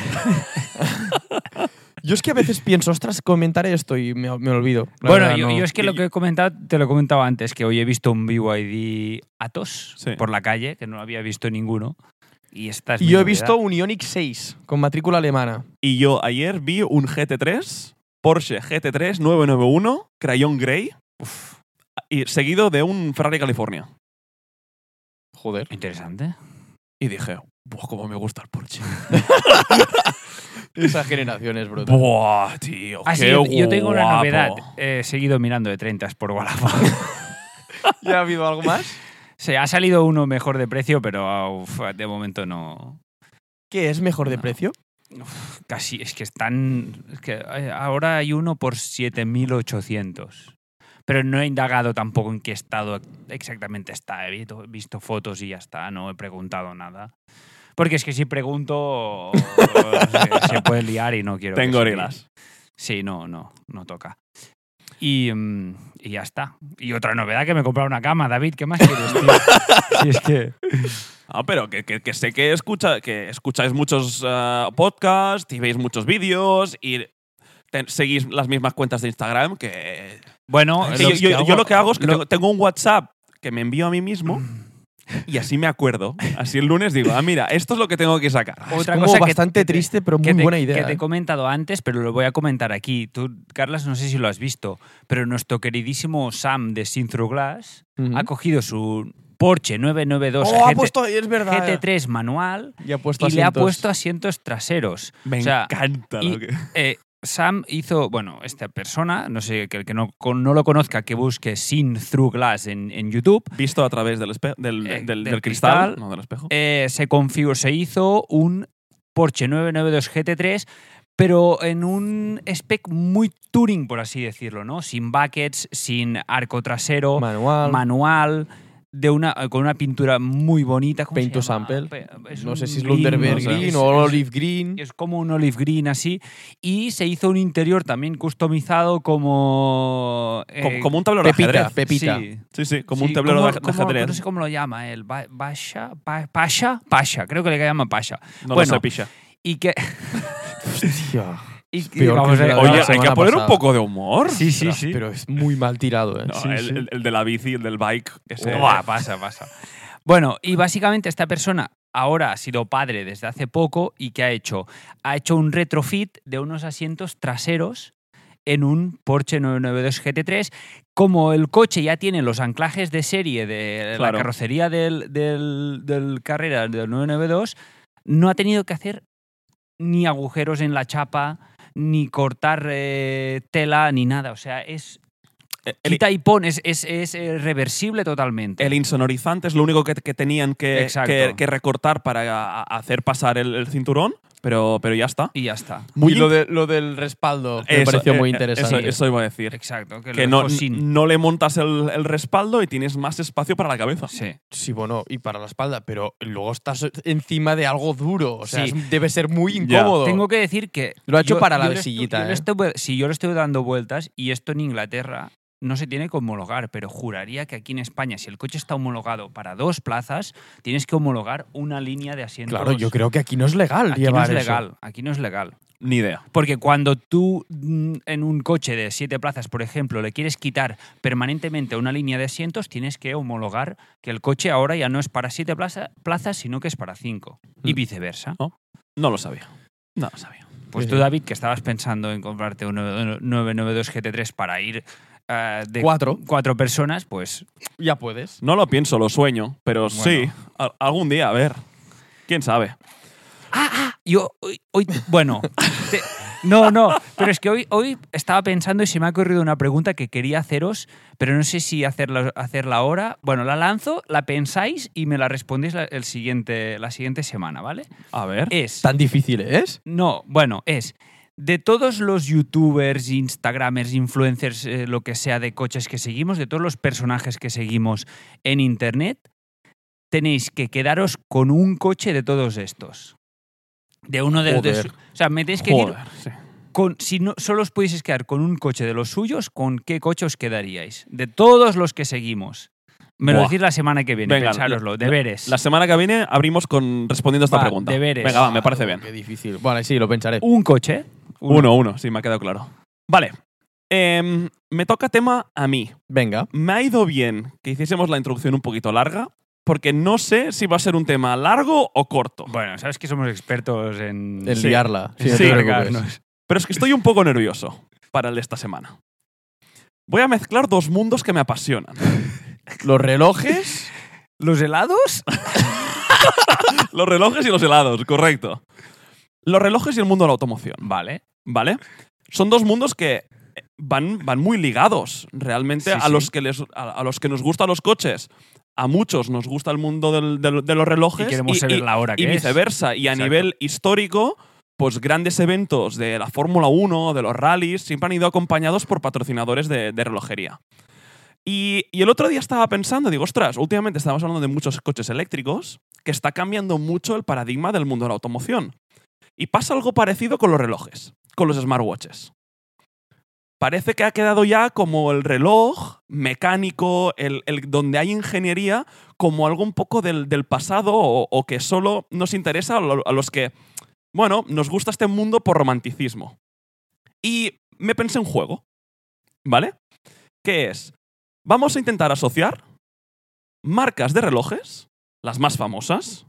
Speaker 2: Yo es que a veces pienso, ostras, comentaré esto y me, me olvido. La
Speaker 3: bueno,
Speaker 2: verdad,
Speaker 3: yo,
Speaker 2: no.
Speaker 3: yo es que lo que he comentado, te lo he comentado antes, que hoy he visto un BYD Atos
Speaker 1: Sí.
Speaker 3: por la calle, que no había visto ninguno. Y esta es
Speaker 2: Y
Speaker 3: mi
Speaker 2: yo he
Speaker 3: novedad.
Speaker 2: visto un Ioniq 6 con matrícula alemana.
Speaker 1: Y yo ayer vi un GT3, Porsche GT3 991, crayón grey, y seguido de un Ferrari California.
Speaker 2: Joder.
Speaker 3: Interesante.
Speaker 1: Y dije, ¡buah, cómo me gusta el Porsche!
Speaker 2: Esa generación es brutal.
Speaker 1: ¡Buah, tío!
Speaker 3: Ah, sí,
Speaker 1: qué
Speaker 3: yo, yo tengo una
Speaker 1: guapo!
Speaker 3: novedad. Eh, He seguido mirando de 30 por Wallapop.
Speaker 2: ¿Ya ha habido algo más?
Speaker 3: Se ha salido uno mejor de precio, pero ah, uf, de momento no.
Speaker 2: ¿Qué es mejor de
Speaker 3: No.
Speaker 2: precio?
Speaker 3: Uf, casi, es que están. es que eh, ahora hay uno por 7.800. Pero no he indagado tampoco en qué estado exactamente está. He visto, he visto fotos y ya está, no he preguntado nada. Porque es que si pregunto se, se puede liar y no quiero. que
Speaker 1: Tengo
Speaker 3: se líe.
Speaker 1: gorilas.
Speaker 3: Sí, no, no, no toca. Y, mm, y ya está. Y otra novedad que me he comprado una cama, David, ¿qué más quieres, tío? si es que.
Speaker 1: Ah, pero que, que- que sé que, escucha, que escucháis muchos eh, podcasts y veis muchos vídeos y ten- seguís las mismas cuentas de Instagram que...
Speaker 3: Bueno,
Speaker 1: que yo, yo- yo lo que hago es que tengo, tengo un WhatsApp que me envío a mí mismo y así me acuerdo. Así el lunes digo, ah, mira, esto es lo que tengo que sacar.
Speaker 3: Otra
Speaker 2: es como
Speaker 3: cosa que-
Speaker 2: bastante
Speaker 3: que te-
Speaker 2: triste, pero muy
Speaker 3: que te,
Speaker 2: buena
Speaker 3: que
Speaker 2: idea.
Speaker 3: te he
Speaker 2: ¿eh?
Speaker 3: comentado antes, pero lo voy a comentar aquí. Tú, Carlas, no sé si lo has visto, pero nuestro queridísimo Sam de Sin Through Glass
Speaker 2: Ujú.
Speaker 3: ha cogido su Porsche 992
Speaker 2: Oh, ha
Speaker 3: GT
Speaker 2: puesto, es verdad.
Speaker 3: 3 manual
Speaker 2: Y ha puesto
Speaker 3: y le ha
Speaker 2: asientos.
Speaker 3: puesto asientos traseros.
Speaker 1: Me
Speaker 3: o sea,
Speaker 1: encanta lo
Speaker 3: y-
Speaker 1: que...
Speaker 3: eh, Sam hizo, bueno, esta persona, no sé, que el que no, con- no lo conozca, que busque Sin Through Glass en, en YouTube,
Speaker 1: Visto a través del, espe- del,
Speaker 3: Eh,
Speaker 1: del- del
Speaker 3: del
Speaker 1: cristal,
Speaker 3: cristal.
Speaker 1: no del espejo.
Speaker 3: eh, se configuró, se hizo un Porsche 992 GT3, pero en un spec muy touring, por así decirlo, ¿no? Sin buckets, sin arco trasero,
Speaker 2: Manual.
Speaker 3: manual, de una, con una pintura muy bonita. ¿cómo se
Speaker 2: Paint to
Speaker 3: llama?
Speaker 2: sample.
Speaker 3: Pe-
Speaker 2: no
Speaker 3: un
Speaker 2: sé si es
Speaker 3: green,
Speaker 2: Lunderberg
Speaker 3: no sé.
Speaker 2: Green
Speaker 3: Es-
Speaker 2: o
Speaker 3: es-
Speaker 2: Olive Green.
Speaker 3: es como un olive green así. Y se hizo un interior también customizado como. eh,
Speaker 1: como, como un tablero de
Speaker 2: Pepita,
Speaker 1: ajedrez.
Speaker 2: Pepita.
Speaker 3: Sí.
Speaker 1: Sí, sí, como
Speaker 3: Sí,
Speaker 1: un tablero
Speaker 3: ¿cómo-
Speaker 1: de, de
Speaker 3: cómo-
Speaker 1: ajedrez.
Speaker 3: No sé cómo lo llama él. Ba- Basha, Pa- Pasha, Pasha, creo que le llama Pasha.
Speaker 1: No lo
Speaker 3: bueno,
Speaker 1: sé, picha.
Speaker 3: Y que.
Speaker 2: Hostia.
Speaker 3: y que-
Speaker 2: peor que
Speaker 3: vamos a
Speaker 2: el de
Speaker 3: ver,
Speaker 2: la
Speaker 1: Oye, hay que
Speaker 2: semana
Speaker 1: poner un
Speaker 2: pasada.
Speaker 1: poco de humor.
Speaker 3: Sí, sí,
Speaker 2: Ostras,
Speaker 3: sí.
Speaker 2: Pero es muy mal tirado, ¿eh?
Speaker 1: No,
Speaker 2: Sí,
Speaker 1: el,
Speaker 2: sí.
Speaker 1: el- el de la bici, el del bike. ese-
Speaker 3: Buah, pasa, pasa. Bueno, y básicamente esta persona ahora ha sido padre desde hace poco y ¿qué ha hecho? Ha hecho un retrofit de unos asientos traseros en un Porsche 992 GT3. Como el coche ya tiene los anclajes de serie de
Speaker 1: Claro.
Speaker 3: la carrocería del, del- del carrera del 992, no ha tenido que hacer ni agujeros en la chapa, ni cortar eh, tela, ni nada. O sea, es
Speaker 1: El,
Speaker 3: quita y pon, es, es- es, eh, reversible totalmente.
Speaker 1: el insonorizante es lo único que, que tenían que,
Speaker 3: Exacto.
Speaker 1: que- que recortar para a- hacer pasar el, el cinturón, pero, pero ya está.
Speaker 3: y ya está.
Speaker 1: Muy
Speaker 2: y lo, de- lo del respaldo me
Speaker 1: Eso,
Speaker 2: pareció
Speaker 1: eh,
Speaker 2: muy
Speaker 1: eh,
Speaker 2: interesante.
Speaker 1: Eso, eso iba a decir.
Speaker 3: Exacto, que, lo
Speaker 1: Que no,
Speaker 3: dejó sin.
Speaker 1: no le montas el, el respaldo y tienes más espacio para la cabeza.
Speaker 3: Sí.
Speaker 2: Sí, bueno, y para la espalda, pero luego estás encima de algo duro. O sea,
Speaker 3: Sí.
Speaker 2: es- debe ser muy
Speaker 1: Ya.
Speaker 2: incómodo.
Speaker 3: Tengo que decir que.
Speaker 2: Lo ha hecho para la
Speaker 3: le estu-
Speaker 2: sillita,
Speaker 3: yo le
Speaker 2: ¿eh?
Speaker 3: estuve- sí, yo le estoy dando vueltas y esto en Inglaterra no se tiene que homologar, pero juraría que aquí en España, si el coche está homologado para dos plazas, tienes que homologar una línea de asientos.
Speaker 2: Claro, yo creo que aquí no es legal
Speaker 3: Aquí no
Speaker 2: llevar
Speaker 3: es
Speaker 2: eso.
Speaker 3: legal, aquí no es legal.
Speaker 1: Ni idea.
Speaker 3: Porque cuando tú mm, en un coche de siete plazas, por ejemplo, le quieres quitar permanentemente una línea de asientos, tienes que homologar que el coche ahora ya no es para siete plaza- plazas, sino que es para cinco. Y
Speaker 1: Mm.
Speaker 3: viceversa.
Speaker 1: No lo sabía. No lo sabía.
Speaker 3: Pues
Speaker 2: Sí,
Speaker 3: tú,
Speaker 2: sí.
Speaker 3: David, que estabas pensando en comprarte un 992 GT3 para ir eh, de
Speaker 2: Cuatro,
Speaker 3: cuatro personas, pues
Speaker 2: ya puedes.
Speaker 1: No lo pienso, lo sueño, pero
Speaker 3: Bueno.
Speaker 1: sí, a- algún día, a ver. ¿Quién sabe?
Speaker 3: yo hoy, hoy- bueno, te- no, no, pero es que hoy, hoy estaba pensando y se me ha ocurrido una pregunta que quería haceros, pero no sé si hacerla, hacerla ahora. Bueno, la lanzo, la pensáis y me la respondéis la, el siguiente, la siguiente semana, ¿vale?
Speaker 1: A ver.
Speaker 3: Es...
Speaker 2: Tan difícil es.
Speaker 3: No, bueno, es. De todos los youtubers, instagramers, influencers, eh, lo que sea de coches que seguimos, de todos los personajes que seguimos en internet, tenéis que quedaros con un coche de todos estos. De uno de, de
Speaker 2: Joder.
Speaker 3: su- o sea, me tenéis que ir
Speaker 1: Joder, sí.
Speaker 3: con si no solo os pudieseis quedar con un coche de los suyos, ¿con qué coche os quedaríais? De todos los que seguimos. Me lo
Speaker 1: Buah.
Speaker 3: decís la semana que viene,
Speaker 1: Venga,
Speaker 3: pensároslo. Deberes.
Speaker 1: La semana que viene abrimos con respondiendo a esta
Speaker 3: Va,
Speaker 1: pregunta.
Speaker 3: deberes.
Speaker 1: Venga, va, me parece bien.
Speaker 2: Qué difícil. Vale, sí, lo pensaré.
Speaker 3: Un coche.
Speaker 1: Uno, uno, sí, me ha quedado claro. Vale. Em, me toca tema a mí.
Speaker 2: Venga.
Speaker 1: Me ha ido bien que hiciésemos la introducción un poquito larga, porque no sé si va a ser un tema largo o corto.
Speaker 3: Bueno, sabes que somos expertos en...
Speaker 2: El
Speaker 1: Sí.
Speaker 2: liarla. Sí, no
Speaker 1: Sí,
Speaker 2: te preocupes.
Speaker 3: cargarnos.
Speaker 1: Pero es que estoy un poco nervioso para el de esta semana. Voy a mezclar dos mundos que me apasionan.
Speaker 2: Los relojes.
Speaker 3: ¿Los helados?
Speaker 1: Los relojes y los helados, correcto. Los relojes y el mundo de la automoción. Vale. Vale. Son dos mundos que eh, van, van muy ligados realmente
Speaker 3: Sí,
Speaker 1: a,
Speaker 3: sí.
Speaker 1: Los que les, a, a los que nos gustan los coches. A muchos nos gusta el mundo del- del- de los relojes.
Speaker 3: Y queremos saber la hora
Speaker 1: y
Speaker 3: que es.
Speaker 1: viceversa. Y a
Speaker 3: Exacto.
Speaker 1: nivel histórico, pues grandes eventos de la Fórmula 1, de los rallies, siempre han ido acompañados por patrocinadores de, de relojería. Y, y el otro día estaba pensando, digo, ostras, últimamente estamos hablando de muchos coches eléctricos, que está cambiando mucho el paradigma del mundo de la automoción. Y pasa algo parecido con los relojes, con los smartwatches. Parece que ha quedado ya como el reloj mecánico, el, el- donde hay ingeniería, como algo un poco del, del pasado o, o que solo nos interesa a lo- a los que, bueno, nos gusta este mundo por romanticismo. Y me pensé un juego, ¿vale? Que es, vamos a intentar asociar marcas de relojes, las más famosas,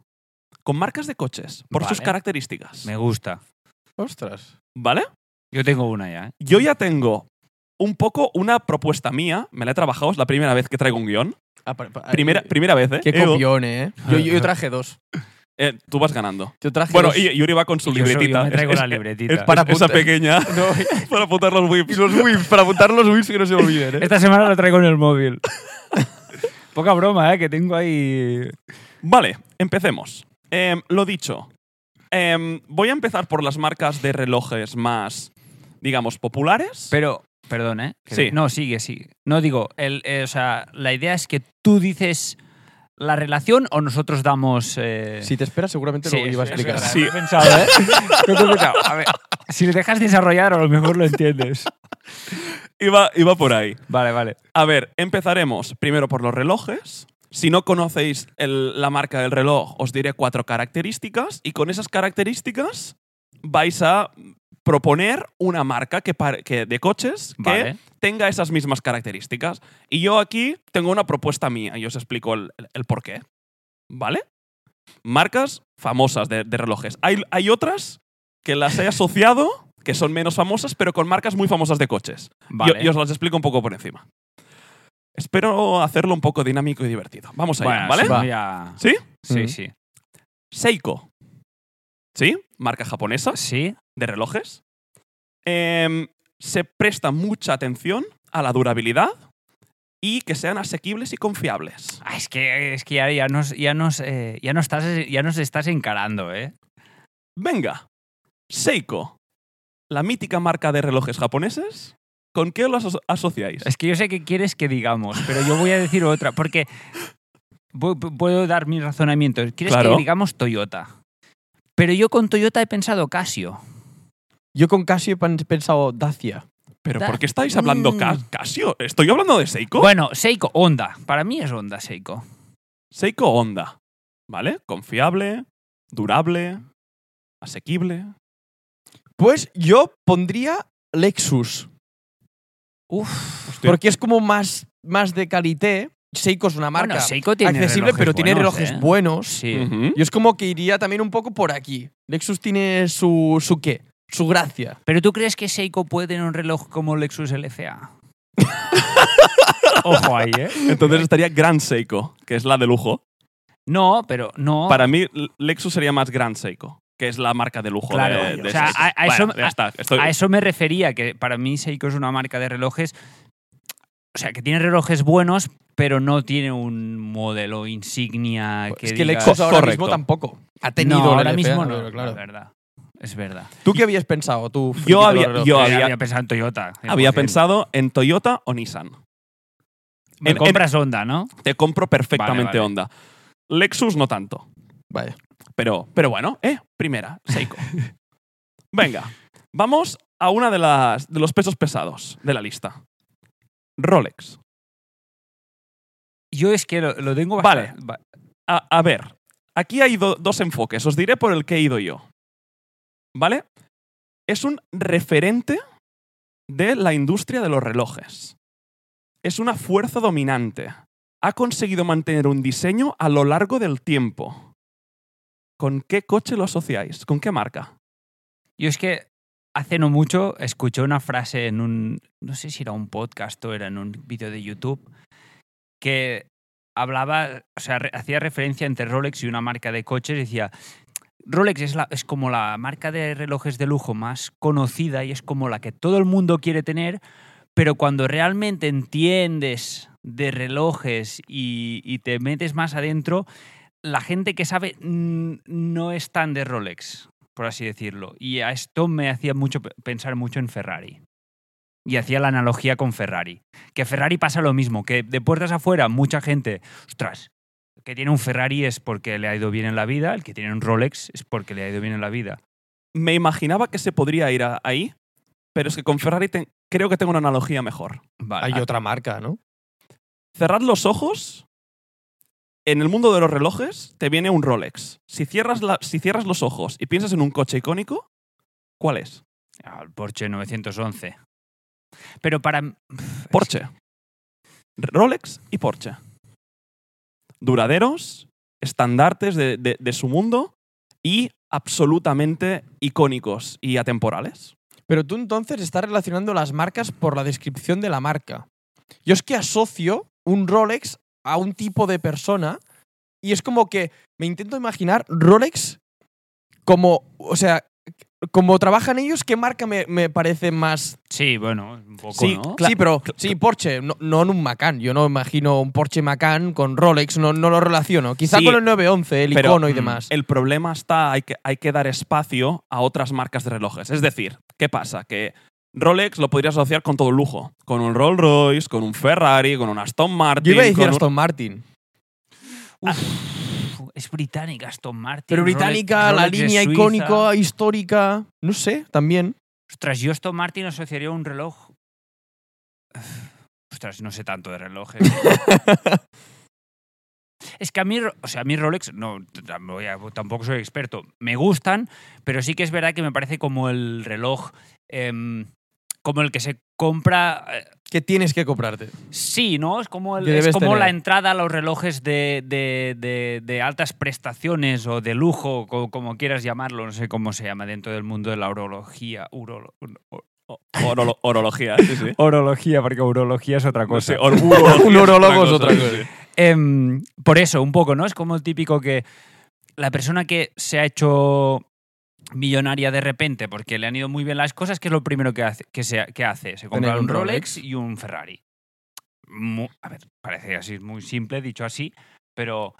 Speaker 1: con marcas de coches, por sus
Speaker 3: Vale.
Speaker 1: características,
Speaker 3: Me gusta.
Speaker 2: Ostras.
Speaker 1: ¿vale?
Speaker 3: Yo tengo una ya. ¿eh?
Speaker 1: Yo ya tengo un poco una propuesta mía, me la he trabajado, es la primera vez que traigo un guión.
Speaker 2: Ah, pa- pa-
Speaker 1: Primera,
Speaker 2: eh,
Speaker 1: primera vez, ¿eh?
Speaker 2: Qué
Speaker 1: Eh,
Speaker 2: copión, eh. Yo, yo- yo traje dos.
Speaker 1: eh, tú vas ganando.
Speaker 2: Yo traje
Speaker 1: Bueno,
Speaker 2: dos.
Speaker 1: y Yuri va con su
Speaker 3: Yo soy-
Speaker 1: libretita.
Speaker 3: yo me traigo
Speaker 1: Es-
Speaker 3: la
Speaker 1: es-
Speaker 3: libretita.
Speaker 1: es para esa
Speaker 2: apuntar.
Speaker 1: pequeña
Speaker 2: No,
Speaker 1: para apuntar los
Speaker 2: y
Speaker 1: whips.
Speaker 2: los whips, para apuntar los whips que no se olviden, eh.
Speaker 3: Esta semana la traigo en el móvil. Poca broma, ¿eh? Que tengo ahí...
Speaker 1: Vale, empecemos. Em, lo dicho, em, voy a empezar por las marcas de relojes más, digamos, populares.
Speaker 3: Pero, perdón, ¿eh? Que-
Speaker 1: Sí.
Speaker 3: No, sigue, sigue. No digo, el, eh, o sea, la idea es que tú dices la relación o nosotros damos... eh,
Speaker 2: Si te esperas, seguramente lo
Speaker 3: eso
Speaker 2: iba a
Speaker 3: es
Speaker 2: explicar.
Speaker 3: verdad,
Speaker 1: Sí.
Speaker 3: lo he pensado, ¿eh? Lo he pensado. A ver, si le dejas desarrollar, a lo mejor lo entiendes.
Speaker 1: Iba, iba por ahí.
Speaker 3: Vale, vale.
Speaker 1: A ver, empezaremos primero por los relojes. Si no conocéis el- la marca del reloj, os diré cuatro características y con esas características vais a proponer una marca que, pare- que- de coches que
Speaker 3: Vale.
Speaker 1: tenga esas mismas características. Y yo aquí tengo una propuesta mía y os explico el, el- el por qué. ¿Vale? Marcas famosas de, de relojes. Hay, hay otras que las he asociado, que son menos famosas, pero con marcas muy famosas de coches. Yo-
Speaker 3: Vale.
Speaker 1: Y, os las explico un poco por encima. Espero hacerlo un poco dinámico y divertido. Vamos allá,
Speaker 3: Bueno,
Speaker 1: ¿vale?
Speaker 3: si no ya-
Speaker 1: ¿Sí?
Speaker 3: Sí,
Speaker 2: Mm.
Speaker 3: sí.
Speaker 1: Seiko. ¿Sí? Marca japonesa
Speaker 3: Sí.
Speaker 1: de relojes. Em, se presta mucha atención a la durabilidad y que sean asequibles y confiables.
Speaker 3: Ah, es que, es que ya, ya nos, ya, nos, eh, ya, nos estás, ya nos estás encarando, ¿eh?
Speaker 1: Venga, Seiko, la mítica marca de relojes japoneses, ¿con qué los aso- asociáis?
Speaker 3: Es que yo sé que quieres que digamos, pero yo voy a decir otra, porque pu- pu- puedo dar mi razonamiento. Quieres
Speaker 1: Claro.
Speaker 3: que digamos Toyota. Pero yo con Toyota he pensado Casio.
Speaker 2: Yo con Casio he pan- pensado Dacia.
Speaker 1: ¿Pero
Speaker 3: da-
Speaker 1: por qué estáis hablando
Speaker 3: Mm.
Speaker 1: ca- Casio? ¿Estoy hablando de Seiko?
Speaker 3: Bueno, Seiko, Honda. Para mí es Honda, Seiko.
Speaker 1: Seiko Honda, ¿vale? Confiable, durable, asequible.
Speaker 2: Pues yo pondría Lexus.
Speaker 3: Uf.
Speaker 1: Hostia.
Speaker 2: Porque es como más, más de calidad. Seiko es una marca
Speaker 3: Bueno, Seiko tiene
Speaker 2: accesible, pero tiene relojes
Speaker 3: buenos.
Speaker 2: buenos.
Speaker 3: ¿eh? Sí.
Speaker 1: Ujú.
Speaker 2: Yo es como que iría también un poco por aquí. Lexus tiene su, su qué, su gracia.
Speaker 3: ¿Pero tú crees que Seiko puede tener un reloj como Lexus LCA? Ojo ahí, ¿eh?
Speaker 1: Entonces estaría Gran Seiko, que es la de lujo.
Speaker 3: No, pero no.
Speaker 1: Para mí, L- Lexus sería más Gran Seiko, que es la marca de lujo.
Speaker 3: Claro,
Speaker 1: de, de
Speaker 3: o sea,
Speaker 1: Seiko.
Speaker 3: a- a
Speaker 1: Bueno,
Speaker 3: eso-
Speaker 1: ya está. Estoy-
Speaker 3: A eso me refería, que para mí Seiko es una marca de relojes. O sea, que tiene relojes buenos, pero no tiene un modelo insignia que
Speaker 2: Pues es que
Speaker 3: digas-
Speaker 2: Lexus ahora
Speaker 1: Correcto.
Speaker 2: mismo tampoco. Ha tenido
Speaker 3: no, ahora
Speaker 2: el LCA,
Speaker 3: mismo no.
Speaker 2: pero claro.
Speaker 3: Es verdad. Es verdad.
Speaker 2: ¿Tú qué habías pensado? Tú, friki
Speaker 1: Yo
Speaker 2: de los
Speaker 1: había-
Speaker 2: relojes?
Speaker 1: yo
Speaker 3: Eh,
Speaker 1: había-
Speaker 3: pensado en Toyota.
Speaker 1: había
Speaker 3: 100%.
Speaker 1: pensado en Toyota o Nissan.
Speaker 3: Me
Speaker 1: en-
Speaker 3: compras Honda, ¿no?
Speaker 1: Te compro perfectamente
Speaker 3: Vale, vale.
Speaker 1: Honda. Lexus no tanto.
Speaker 2: Vaya.
Speaker 1: Pero, pero bueno, eh, primera, Seiko. Venga, vamos a una de las de los pesos pesados de la lista. Rolex.
Speaker 3: Yo es que lo, lo tengo
Speaker 1: Vale.
Speaker 3: bastante. Vale.
Speaker 1: A, a ver, aquí hay do- dos enfoques. Os diré por el que he ido yo. ¿Vale? Es un referente de la industria de los relojes. Es una fuerza dominante. Ha conseguido mantener un diseño a lo largo del tiempo. ¿Con qué coche lo asociáis? ¿Con qué marca?
Speaker 3: Yo es que hace no mucho escuché una frase en un, no sé si era un podcast o era en un vídeo de YouTube, que hablaba, o sea, re- hacía referencia entre Rolex y una marca de coches, decía, Rolex es, la- es como la marca de relojes de lujo más conocida y es como la que todo el mundo quiere tener, pero cuando realmente entiendes de relojes y, y te metes más adentro, la gente que sabe mm, no es tan de Rolex por así decirlo. Y a esto me hacía mucho pe- pensar mucho en Ferrari. Y hacía la analogía con Ferrari. Que Ferrari pasa lo mismo, que de puertas afuera mucha gente, ostras, el que tiene un Ferrari es porque le ha ido bien en la vida, el que tiene un Rolex es porque le ha ido bien en la vida.
Speaker 1: Me imaginaba que se podría ir a- ahí, pero es que con Ferrari te- creo que tengo una analogía mejor.
Speaker 3: Vale.
Speaker 2: Hay otra marca, ¿no?
Speaker 1: Cerrad los ojos. En el mundo de los relojes te viene un Rolex. Si cierras, la- si cierras los ojos y piensas en un coche icónico, ¿cuál es?
Speaker 3: Ah, el Porsche 911. Pero para... es
Speaker 1: Porsche. Rolex y Porsche. Duraderos, estandartes de, de- de su mundo y absolutamente icónicos y atemporales.
Speaker 2: Pero tú entonces estás relacionando las marcas por la descripción de la marca. Yo es que asocio un Rolex a un tipo de persona y es como que me intento imaginar Rolex como, o sea, como trabajan ellos, ¿qué marca me, me parece más?
Speaker 3: que- Sí, bueno, un poco,
Speaker 1: Sí,
Speaker 3: ¿no?
Speaker 1: Cla-
Speaker 2: sí, pero sí, Porsche, no, no en un Macan. Yo no imagino un Porsche Macan con Rolex, no, no lo relaciono. Quizá
Speaker 1: Sí,
Speaker 2: con el 911, el
Speaker 1: pero,
Speaker 2: icono y
Speaker 3: mm,
Speaker 2: demás.
Speaker 1: El problema está, hay que, hay que dar espacio a otras marcas de relojes. Es decir, ¿qué pasa? Que Rolex lo podrías asociar con todo lujo. Con un Rolls Royce, con un Ferrari, con un Aston Martin.
Speaker 2: Yo iba a decir
Speaker 1: con un-
Speaker 2: Aston Martin.
Speaker 3: Uf, es británica Aston Martin.
Speaker 2: Pero
Speaker 3: Rolex-
Speaker 2: británica, la
Speaker 3: Rolex de
Speaker 2: línea
Speaker 3: Suiza.
Speaker 2: icónica, histórica. No sé, también.
Speaker 3: Ostras, yo Aston Martin asociaría un reloj. Ostras, no sé tanto de relojes. es que a mí, o sea, a mí Rolex, no, tam- voy a- tampoco soy experto. Me gustan, pero sí que es verdad que me parece como el reloj. em, como el que se compra. eh,
Speaker 2: Que tienes que comprarte.
Speaker 3: Sí, ¿no? Es como, el-
Speaker 2: Que
Speaker 3: es
Speaker 2: debes
Speaker 3: como la
Speaker 2: tener.
Speaker 3: entrada a los relojes de, de- de- de altas prestaciones o de lujo, co- como quieras llamarlo, no sé cómo se llama dentro del mundo de la urología. urolo- ur-
Speaker 1: Orolo- orología, sí, sí.
Speaker 3: Orología, porque urología es otra
Speaker 1: No
Speaker 3: cosa.
Speaker 1: sé, or- urología
Speaker 2: Un urologo es otra
Speaker 1: sí,
Speaker 2: cosa.
Speaker 1: sí.
Speaker 3: Em, por eso, un poco, ¿no? Es como el típico que la persona que se ha hecho millonaria de repente porque le han ido muy bien las cosas, que es lo primero que hace? Que se, que hace? Se compra
Speaker 2: Tener
Speaker 3: un,
Speaker 2: un
Speaker 3: Rolex,
Speaker 2: Rolex.
Speaker 3: y un Ferrari. Mu- a ver, parece así muy simple dicho así, pero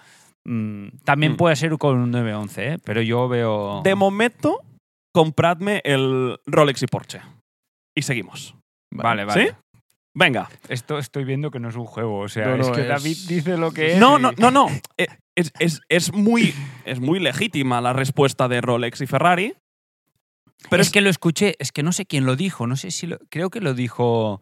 Speaker 3: mm, también
Speaker 1: Mm.
Speaker 3: puede ser con un 911, ¿eh? pero yo veo...
Speaker 1: De momento, compradme el Rolex y Porsche. Y seguimos.
Speaker 3: Vale, vale.
Speaker 1: ¿Sí? Venga.
Speaker 3: Esto estoy viendo que no es un juego, o sea,
Speaker 2: No,
Speaker 3: es
Speaker 2: no,
Speaker 3: que
Speaker 2: es-
Speaker 3: David dice lo que es.
Speaker 1: No,
Speaker 3: y-
Speaker 1: no, no, no. Eh, Es, es- es muy, es muy legítima la respuesta de Rolex y Ferrari.
Speaker 3: Pero
Speaker 1: Pero
Speaker 3: es
Speaker 1: es-
Speaker 3: que lo escuché, es que no sé quién lo dijo, no sé si lo, creo que lo dijo,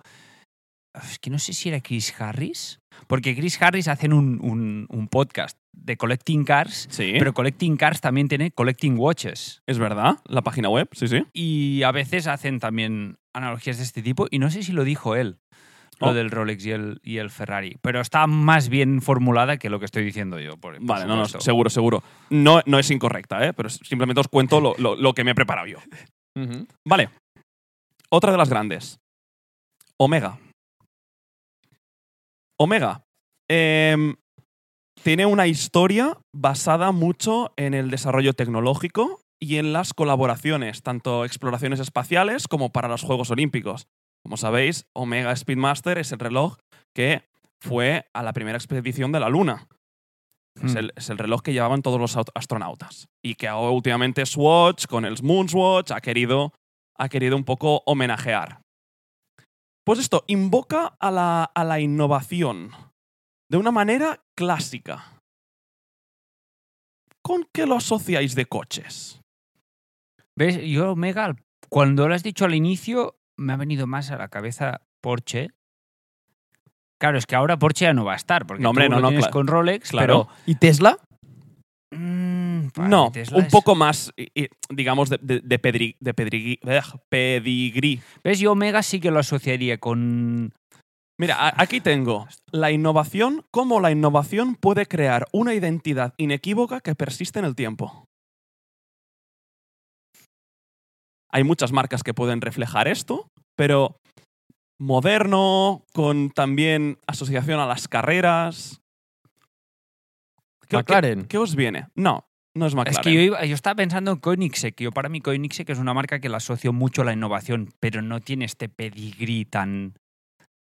Speaker 3: es que no sé si era Chris Harris, porque Chris Harris hacen un, un- un podcast de Collecting Cars,
Speaker 1: Sí,
Speaker 3: pero Collecting Cars también tiene Collecting Watches
Speaker 1: es verdad. La página web, sí, sí.
Speaker 3: y a veces hacen también analogías de este tipo y no sé si lo dijo él, lo
Speaker 1: Oh.
Speaker 3: del Rolex y el, y el Ferrari, pero está más bien formulada que lo que estoy diciendo yo. por- por
Speaker 1: Vale, no, no,
Speaker 3: supuesto.
Speaker 1: seguro, seguro. No, no es incorrecta, ¿eh? pero simplemente os cuento lo- lo- lo que me he preparado yo.
Speaker 2: Ujú.
Speaker 1: Vale. Otra de las grandes. Omega. Omega. em, tiene una historia basada mucho en el desarrollo tecnológico y en las colaboraciones, tanto exploraciones espaciales como para los Juegos Olímpicos. Como sabéis, Omega Speedmaster es el reloj que fue a la primera expedición de la Luna. Es,
Speaker 3: Mm.
Speaker 1: el, es el reloj que llevaban todos los aut- astronautas. Y que ahora últimamente Swatch, con el Moonswatch, ha querido, ha querido un poco homenajear. Pues esto, invoca a la, a la innovación de una manera clásica. ¿Con qué lo asociáis de coches?
Speaker 3: ¿Ves? Yo, Omega, al- cuando lo has dicho al inicio, me ha venido más a la cabeza Porsche. Claro, es que ahora Porsche ya no va a estar, porque
Speaker 1: No, hombre,
Speaker 3: tú
Speaker 1: no,
Speaker 3: lo
Speaker 1: no,
Speaker 3: tienes
Speaker 1: cla-
Speaker 3: con Rolex,
Speaker 1: claro.
Speaker 2: ¿Y Tesla?
Speaker 3: pero... Mm, vale,
Speaker 1: no,
Speaker 3: Tesla
Speaker 1: un
Speaker 3: es-
Speaker 1: poco más, i- i- digamos, de, de- de pedri- de pedrigui- ugh, pedigrí.
Speaker 3: ¿Ves? Yo Omega sí que lo asociaría con...
Speaker 1: Mira, a- aquí tengo la innovación, cómo la innovación puede crear una identidad inequívoca que persiste en el tiempo. Hay muchas marcas que pueden reflejar esto, pero moderno, con también asociación a las carreras. ¿Qué,
Speaker 2: McLaren.
Speaker 1: qué- qué os viene? No, no es McLaren.
Speaker 3: Es que yo, iba- yo estaba pensando en Koenigsegg. Yo para mí Koenigsegg es una marca que la asocio mucho a la innovación, pero no tiene este pedigrí tan,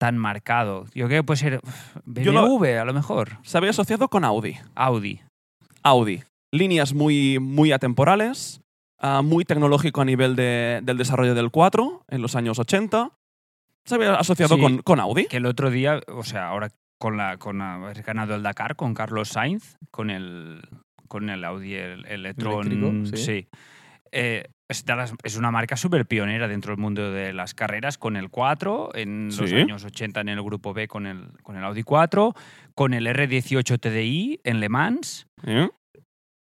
Speaker 3: tan marcado. Yo creo que puede ser uf,
Speaker 1: Yo lo-
Speaker 3: BMW, a lo mejor.
Speaker 1: Se había asociado con Audi.
Speaker 3: Audi.
Speaker 1: Audi. Líneas muy, muy atemporales, ah, muy tecnológico a nivel de- del desarrollo del 4 en los años 80. Se había asociado
Speaker 3: Sí.
Speaker 1: con, con Audi.
Speaker 3: que el otro día, o sea, ahora con la con haber ganado el Dakar con Carlos Sainz, con el con el Audi el, el e-tron,
Speaker 2: Eléctrico,
Speaker 3: sí.
Speaker 2: sí.
Speaker 3: Eh, es, de las- es una marca súper pionera dentro del mundo de las carreras con el 4, en los
Speaker 1: Sí.
Speaker 3: años 80 en el grupo B con el, con el Audi 4, con el R18 TDI en Le Mans.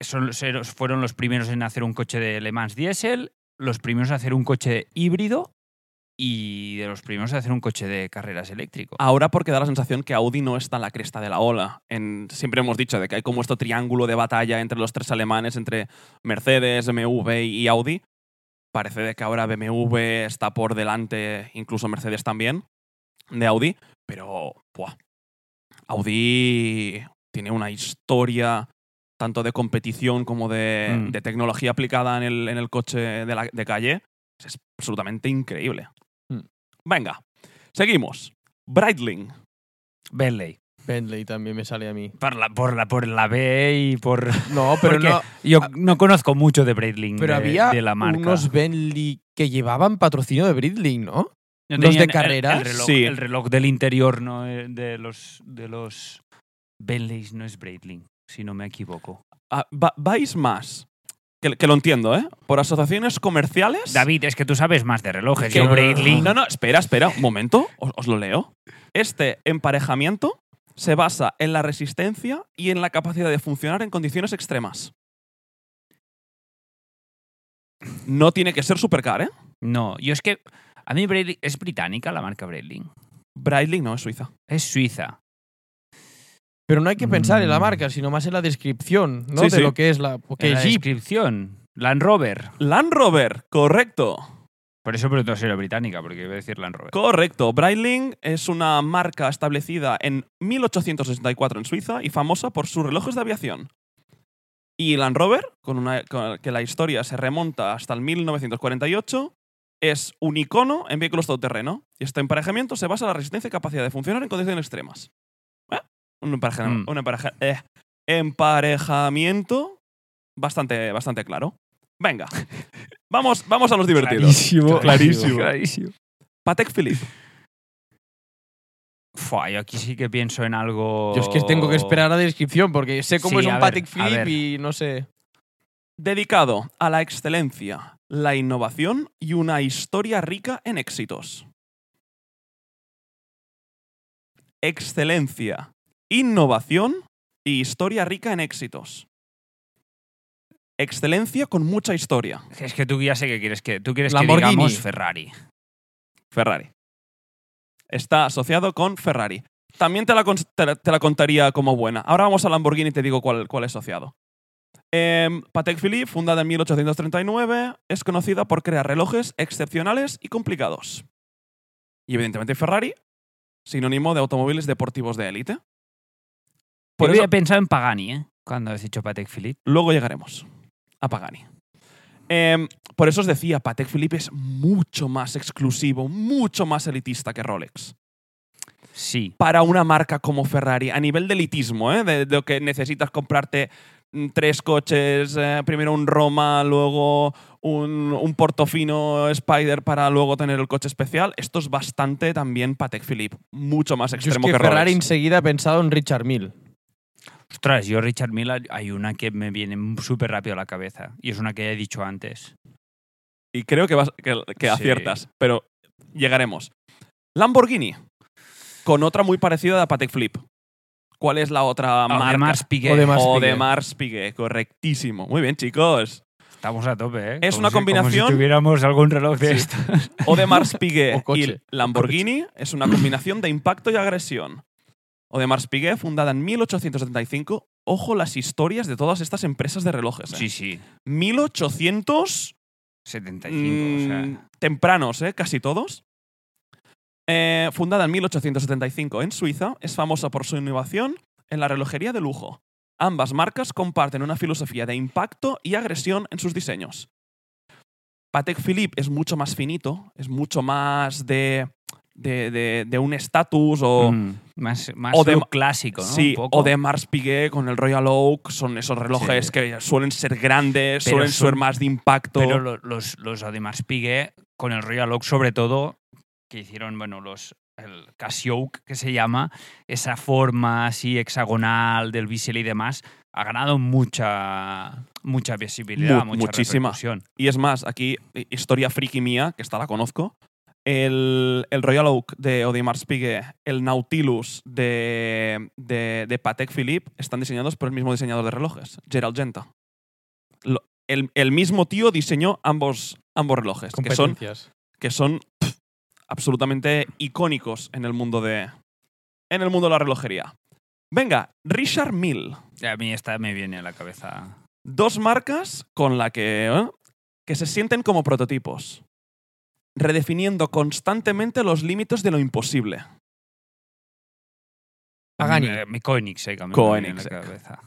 Speaker 3: Son, los- eros- fueron los primeros en hacer un coche de Le Mans diésel, los primeros en hacer un coche híbrido y de los primeros en hacer un coche de carreras eléctrico.
Speaker 1: Ahora porque da la sensación que Audi no está en la cresta de la ola. En- siempre hemos dicho de que hay como este triángulo de batalla entre los tres alemanes, entre Mercedes, BMW y Audi. Parece de que ahora BMW está por delante, incluso Mercedes también, de Audi. Pero, buah, Audi tiene una historia tanto de competición como de,
Speaker 3: Mm.
Speaker 1: de tecnología aplicada en el, en el coche de, la- de calle. Es absolutamente increíble.
Speaker 2: Mm.
Speaker 1: Venga, seguimos. Breitling.
Speaker 3: Bentley.
Speaker 2: Bentley también me sale a mí.
Speaker 3: Por la, por la, por la B y por.
Speaker 2: No, pero
Speaker 3: Porque
Speaker 2: no.
Speaker 3: Yo no conozco mucho de Breitling.
Speaker 2: Ah, Pero
Speaker 3: de,
Speaker 2: había
Speaker 3: de la marca.
Speaker 2: unos Bentley que llevaban patrocinio de Breitling, ¿no?
Speaker 3: Yo
Speaker 2: los
Speaker 3: tenía
Speaker 2: de
Speaker 3: el-
Speaker 2: carreras,
Speaker 3: El, reloj,
Speaker 1: sí.
Speaker 3: el reloj del interior no Eh, de los de los Bentleys no es Breitling, si no me equivoco.
Speaker 1: Ah, va- vais más. Que, que lo entiendo, ¿eh? Por asociaciones comerciales.
Speaker 3: David, es que tú sabes más de relojes.
Speaker 2: Que-
Speaker 3: Yo
Speaker 2: no, no, no,
Speaker 3: Breitling.
Speaker 1: No, no, espera, espera, un momento, os, os lo leo. Este emparejamiento se basa en la resistencia y en la capacidad de funcionar en condiciones extremas. No tiene que ser supercar, ¿eh?
Speaker 3: No, yo es que A mí Breitling- es británica la marca Breitling.
Speaker 1: Breitling no, es suiza.
Speaker 3: Es suiza.
Speaker 2: Pero no hay que pensar en la
Speaker 3: Mm.
Speaker 2: marca, sino más en la descripción, ¿no?
Speaker 1: Sí,
Speaker 2: de
Speaker 1: sí.
Speaker 2: lo que es la.
Speaker 3: Que
Speaker 2: Porque
Speaker 3: la
Speaker 2: Jeep.
Speaker 3: descripción. Land Rover.
Speaker 1: Land Rover, correcto.
Speaker 3: Por eso pero era británica, porque iba a decir Land Rover.
Speaker 1: Correcto. Breitling es una marca establecida en 1864 en Suiza y famosa por sus relojes de aviación. Y Land Rover, con una, con- que la historia se remonta hasta el 1948, es un icono en vehículos todoterreno. Y este emparejamiento se basa en la resistencia y capacidad de funcionar en condiciones extremas. ¿Eh? Un, empareja-
Speaker 3: Mm.
Speaker 1: un empareja- eh, emparejamiento bastante, bastante claro. Venga, vamos, vamos a los divertidos.
Speaker 2: Clarísimo.
Speaker 1: Clarísimo.
Speaker 3: Clarísimo.
Speaker 1: Patek Philippe.
Speaker 3: Fua, yo aquí sí que pienso en algo.
Speaker 2: Yo es que tengo que esperar la descripción porque sé cómo
Speaker 3: Sí,
Speaker 2: es
Speaker 3: a ver,
Speaker 2: un Patek
Speaker 3: a
Speaker 2: Philippe
Speaker 3: ver.
Speaker 2: y no sé.
Speaker 1: dedicado a la excelencia, la innovación y una historia rica en éxitos. Excelencia, innovación y historia rica en éxitos. Excelencia con mucha historia.
Speaker 3: Es que tú ya sé que quieres que. Tú quieres que
Speaker 2: Lamborghini.
Speaker 3: digamos Ferrari.
Speaker 1: Ferrari. Está asociado con Ferrari. También te la, cons- te la- te la contaría como buena. Ahora vamos a Lamborghini y te digo cuál, cuál es asociado. Em, Patek Philippe, fundada en 1839, es conocida por crear relojes excepcionales y complicados. Y evidentemente Ferrari, sinónimo de automóviles deportivos de élite. Por
Speaker 3: Por
Speaker 1: eso-
Speaker 3: había pensado en Pagani, ¿eh? Cuando has dicho Patek Philippe.
Speaker 1: Luego llegaremos a Pagani. Em, por eso os decía, Patek Philippe es mucho más exclusivo, mucho más elitista que Rolex.
Speaker 3: Sí.
Speaker 1: para una marca como Ferrari, a nivel de elitismo, ¿eh? de, de lo que necesitas comprarte mm, tres coches, eh, primero un Roma, luego un, un Portofino Spider para luego tener el coche especial, esto es bastante también Patek Philippe, mucho más
Speaker 2: Yo es
Speaker 1: extremo
Speaker 2: que
Speaker 1: que,
Speaker 2: Ferrari
Speaker 1: Rolex.
Speaker 2: enseguida he pensado en Richard Mille.
Speaker 3: Ostras, yo Richard Mille hay una que me viene súper rápido a la cabeza. Y es una que ya he dicho antes.
Speaker 1: Y creo que, vas- que, que
Speaker 3: Sí.
Speaker 1: aciertas, pero llegaremos. Lamborghini, con otra muy parecida a Patek Philippe. ¿Cuál es la otra marca?
Speaker 3: Además, Piqué.
Speaker 2: O de Mar- Ah, Mars
Speaker 1: o de
Speaker 2: Piguet.
Speaker 1: Mars Piguet, correctísimo. Muy bien, chicos.
Speaker 3: Estamos a tope, ¿eh?
Speaker 1: Es
Speaker 3: Como
Speaker 1: una
Speaker 3: si- como si
Speaker 1: combinación-
Speaker 3: tuviéramos algún reloj de
Speaker 1: Sí.
Speaker 3: esto.
Speaker 1: O de Mars Piguet
Speaker 2: O coche.
Speaker 1: y Lamborghini es una combinación de impacto y agresión. O de Mars Piguet, fundada en 1875. Ojo las historias de todas estas empresas de relojes. ¿eh?
Speaker 3: Sí, sí.
Speaker 1: 1800
Speaker 3: 75, o sea.
Speaker 1: mm, tempranos, ¿eh? casi todos. Eh, fundada en 1875 en Suiza, es famosa por su innovación en la relojería de lujo. Ambas marcas comparten una filosofía de impacto y agresión en sus diseños. Patek Philippe es mucho más finito, es mucho más de, de, de- de un estatus o...
Speaker 3: Mm, Más, más
Speaker 1: o de-
Speaker 3: look clásico, ¿no?
Speaker 1: Sí,
Speaker 3: Un poco.
Speaker 1: o de Mars Piguet con el Royal Oak, son esos relojes
Speaker 3: Sí.
Speaker 1: que suelen ser grandes,
Speaker 3: Pero
Speaker 1: suelen
Speaker 3: son-
Speaker 1: ser más de impacto.
Speaker 3: Pero lo- los, los Audemars Piguet, con el Royal Oak sobre todo, que hicieron, bueno, los el Casio Oak, que se llama, esa forma así hexagonal del bisel y demás, ha ganado mucha, mucha visibilidad,
Speaker 1: Mu-
Speaker 3: mucha
Speaker 1: muchísima.
Speaker 3: repercusión.
Speaker 1: Y es más, aquí, eh, historia friki mía, que esta la conozco. El, el Royal Oak de Audemars Piguet, el Nautilus de, de, de Patek Philippe están diseñados por el mismo diseñador de relojes, Gerald Genta. Lo- el, el mismo tío diseñó ambos, ambos relojes, que son,
Speaker 2: Competencias.
Speaker 1: que son pff, absolutamente icónicos en el mundo de, en el mundo de la relojería. Venga, Richard Mille.
Speaker 3: A mí esta me viene a la cabeza.
Speaker 1: Dos marcas con la que, ¿eh? que se sienten como prototipos, redefiniendo constantemente los límites de lo imposible.
Speaker 2: Pagani.
Speaker 3: Eh, Mi Koenigsegg a mí me viene a la
Speaker 1: Koenigsegg.
Speaker 3: cabeza.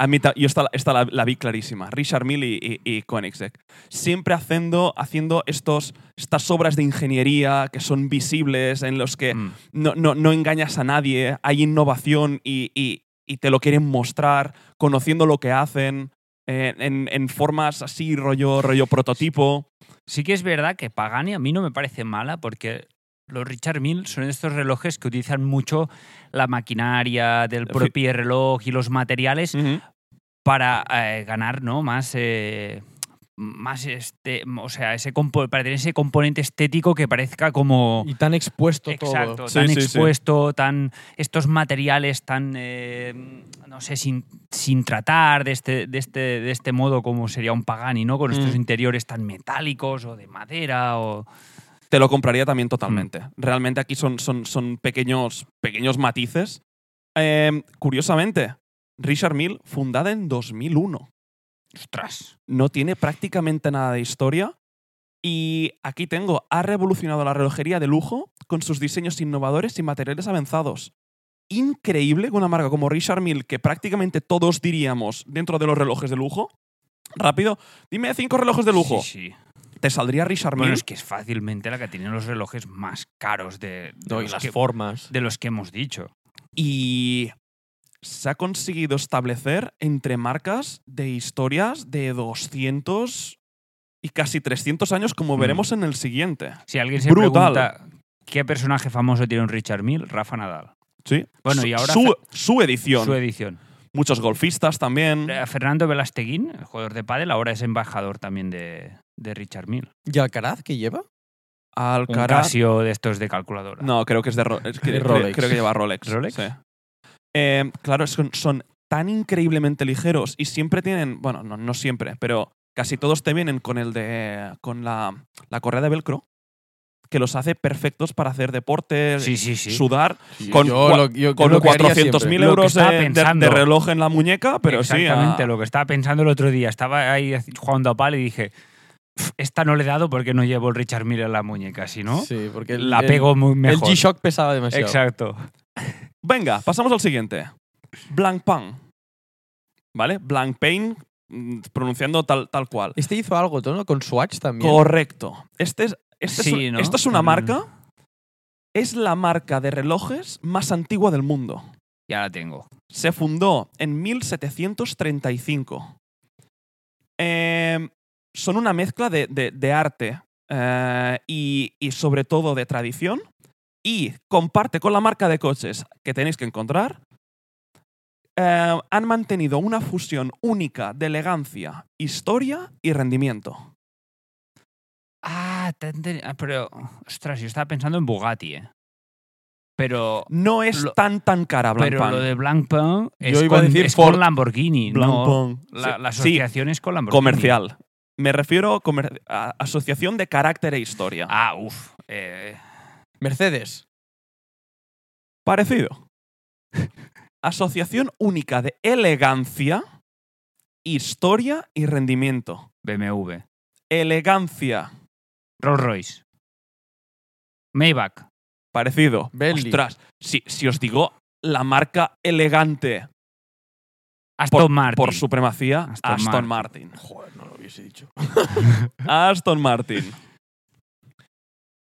Speaker 1: A mí ta- yo esta, esta la, la vi clarísima. Richard Mille y, y- y Koenigsegg. Siempre haciendo, haciendo estos, estas obras de ingeniería que son visibles, en los que
Speaker 3: Mm.
Speaker 1: no, no- no engañas a nadie, hay innovación y, y- y te lo quieren mostrar, conociendo lo que hacen, eh, en, en formas así, rollo, rollo prototipo.
Speaker 3: Sí que es verdad que Pagani a mí no me parece mala porque los Richard Mille son estos relojes que utilizan mucho la maquinaria del
Speaker 1: Fi-
Speaker 3: propio reloj y los materiales
Speaker 1: Ujú.
Speaker 3: para eh, ganar no más eh, más este o sea ese compo- para tener ese componente estético que parezca como
Speaker 2: Y tan expuesto
Speaker 3: exacto
Speaker 2: todo.
Speaker 1: Sí,
Speaker 3: tan
Speaker 1: sí, sí.
Speaker 3: expuesto tan estos materiales tan eh, no sé sin, sin tratar de este de este de este modo como sería un Pagani no con estos
Speaker 1: Mm.
Speaker 3: interiores tan metálicos o de madera o
Speaker 1: te lo compraría también totalmente.
Speaker 3: Mm.
Speaker 1: Realmente aquí son, son, son pequeños, pequeños matices. Eh, curiosamente, Richard Mill, fundada en 2001.
Speaker 3: Ostras.
Speaker 1: No tiene prácticamente nada de historia. Y aquí tengo, ha revolucionado la relojería de lujo con sus diseños innovadores y materiales avanzados. Increíble que una marca como Richard Mill, que prácticamente todos diríamos dentro de los relojes de lujo, rápido, dime cinco relojes de lujo.
Speaker 3: Sí, sí.
Speaker 1: Te saldría Richard Mill.
Speaker 3: Bueno, es que es fácilmente la que tienen los relojes más caros de, de
Speaker 2: No, y
Speaker 3: los,
Speaker 2: las
Speaker 3: que,
Speaker 2: formas.
Speaker 3: de los que hemos dicho.
Speaker 1: y se ha conseguido establecer entre marcas de historias de 200 y casi 300 años, como
Speaker 3: Mm.
Speaker 1: veremos en el siguiente.
Speaker 3: Si alguien se
Speaker 1: Brutal.
Speaker 3: pregunta qué personaje famoso tiene un Richard Mill, Rafa Nadal.
Speaker 1: Sí.
Speaker 3: Bueno,
Speaker 1: Su-
Speaker 3: y ahora
Speaker 1: Su, su edición.
Speaker 3: Su edición.
Speaker 1: Muchos golfistas también.
Speaker 3: Eh, Fernando Velasteguín, el jugador de pádel, ahora es embajador también de, de Richard Mill.
Speaker 2: ¿Y Alcaraz qué lleva?
Speaker 3: Un
Speaker 1: Alcaraz.
Speaker 3: Casio de estos de calculadora.
Speaker 1: No, creo que es de Ro- es que-
Speaker 2: De
Speaker 1: cre-
Speaker 2: Rolex.
Speaker 1: Creo que lleva Rolex.
Speaker 3: ¿Rolex?
Speaker 1: sí. Eh, claro, son, son tan increíblemente ligeros y siempre tienen. Bueno, no, no siempre, pero casi todos te vienen con el de. con la, la correa de velcro. Que los hace perfectos para hacer
Speaker 2: eh,
Speaker 1: deporte,
Speaker 3: Sí, sí, sí.
Speaker 1: sudar, Con cua-
Speaker 2: yo
Speaker 1: con
Speaker 2: lo que haría
Speaker 1: 400.000
Speaker 3: siempre. Lo que
Speaker 1: euros de,
Speaker 3: estaba
Speaker 1: de- de
Speaker 3: pensando.
Speaker 1: reloj en la muñeca, pero sí.
Speaker 3: Exactamente,
Speaker 1: a-
Speaker 3: lo que estaba pensando el otro día. Estaba ahí jugando a pal y dije, "Pf, esta no le he dado porque no llevo el Richard Mill en la muñeca, si no,
Speaker 2: siempre. Sí, porque el-
Speaker 3: la
Speaker 2: el-
Speaker 3: pego muy
Speaker 2: El
Speaker 3: mejor.
Speaker 2: G-Shock pesaba demasiado.
Speaker 3: Exacto.
Speaker 1: Venga, pasamos al siguiente. Blanc Pan. ¿Vale? Blanc Pain, mm, pronunciando tal, tal cual.
Speaker 2: Este hizo algo, ¿no? Con Swatch también.
Speaker 1: Correcto. Este es, este
Speaker 3: Sí,
Speaker 1: es,
Speaker 3: ¿no?
Speaker 1: Esta es una
Speaker 3: Mm.
Speaker 1: marca. Es la marca de relojes más antigua del mundo.
Speaker 3: Ya la tengo.
Speaker 1: Se fundó en 1735. Eh, son una mezcla de, de- de arte eh, y, y sobre todo de tradición. Y comparte con la marca de coches que tenéis que encontrar. eh, han mantenido una fusión única de elegancia, historia y rendimiento.
Speaker 3: Ah, te han teni- ah, pero. Ostras, yo estaba pensando en Bugatti, eh. Pero.
Speaker 1: No es
Speaker 3: Lo-
Speaker 1: tan tan cara Blancpain.
Speaker 3: Pero lo de Blancpain es,
Speaker 2: Yo iba a
Speaker 3: con,
Speaker 2: decir
Speaker 3: es con
Speaker 2: Ford.
Speaker 3: Lamborghini, ¿no?
Speaker 1: Blancpain.
Speaker 3: La, la
Speaker 1: Sí, sí,
Speaker 3: asociación es con Lamborghini.
Speaker 1: comercial. Me refiero comer- a asociación de carácter e historia.
Speaker 3: Ah, uff. Eh,
Speaker 2: Mercedes.
Speaker 1: Parecido. Asociación única de elegancia, historia y rendimiento.
Speaker 3: BMW.
Speaker 1: Elegancia.
Speaker 3: Rolls Royce. Maybach.
Speaker 1: Parecido.
Speaker 2: Bentley.
Speaker 1: Ostras, si, si os digo la marca elegante
Speaker 3: Aston Martin.
Speaker 1: por supremacía, Aston,
Speaker 3: Aston
Speaker 1: Martin.
Speaker 2: Joder, no lo hubiese dicho.
Speaker 1: Aston Martin.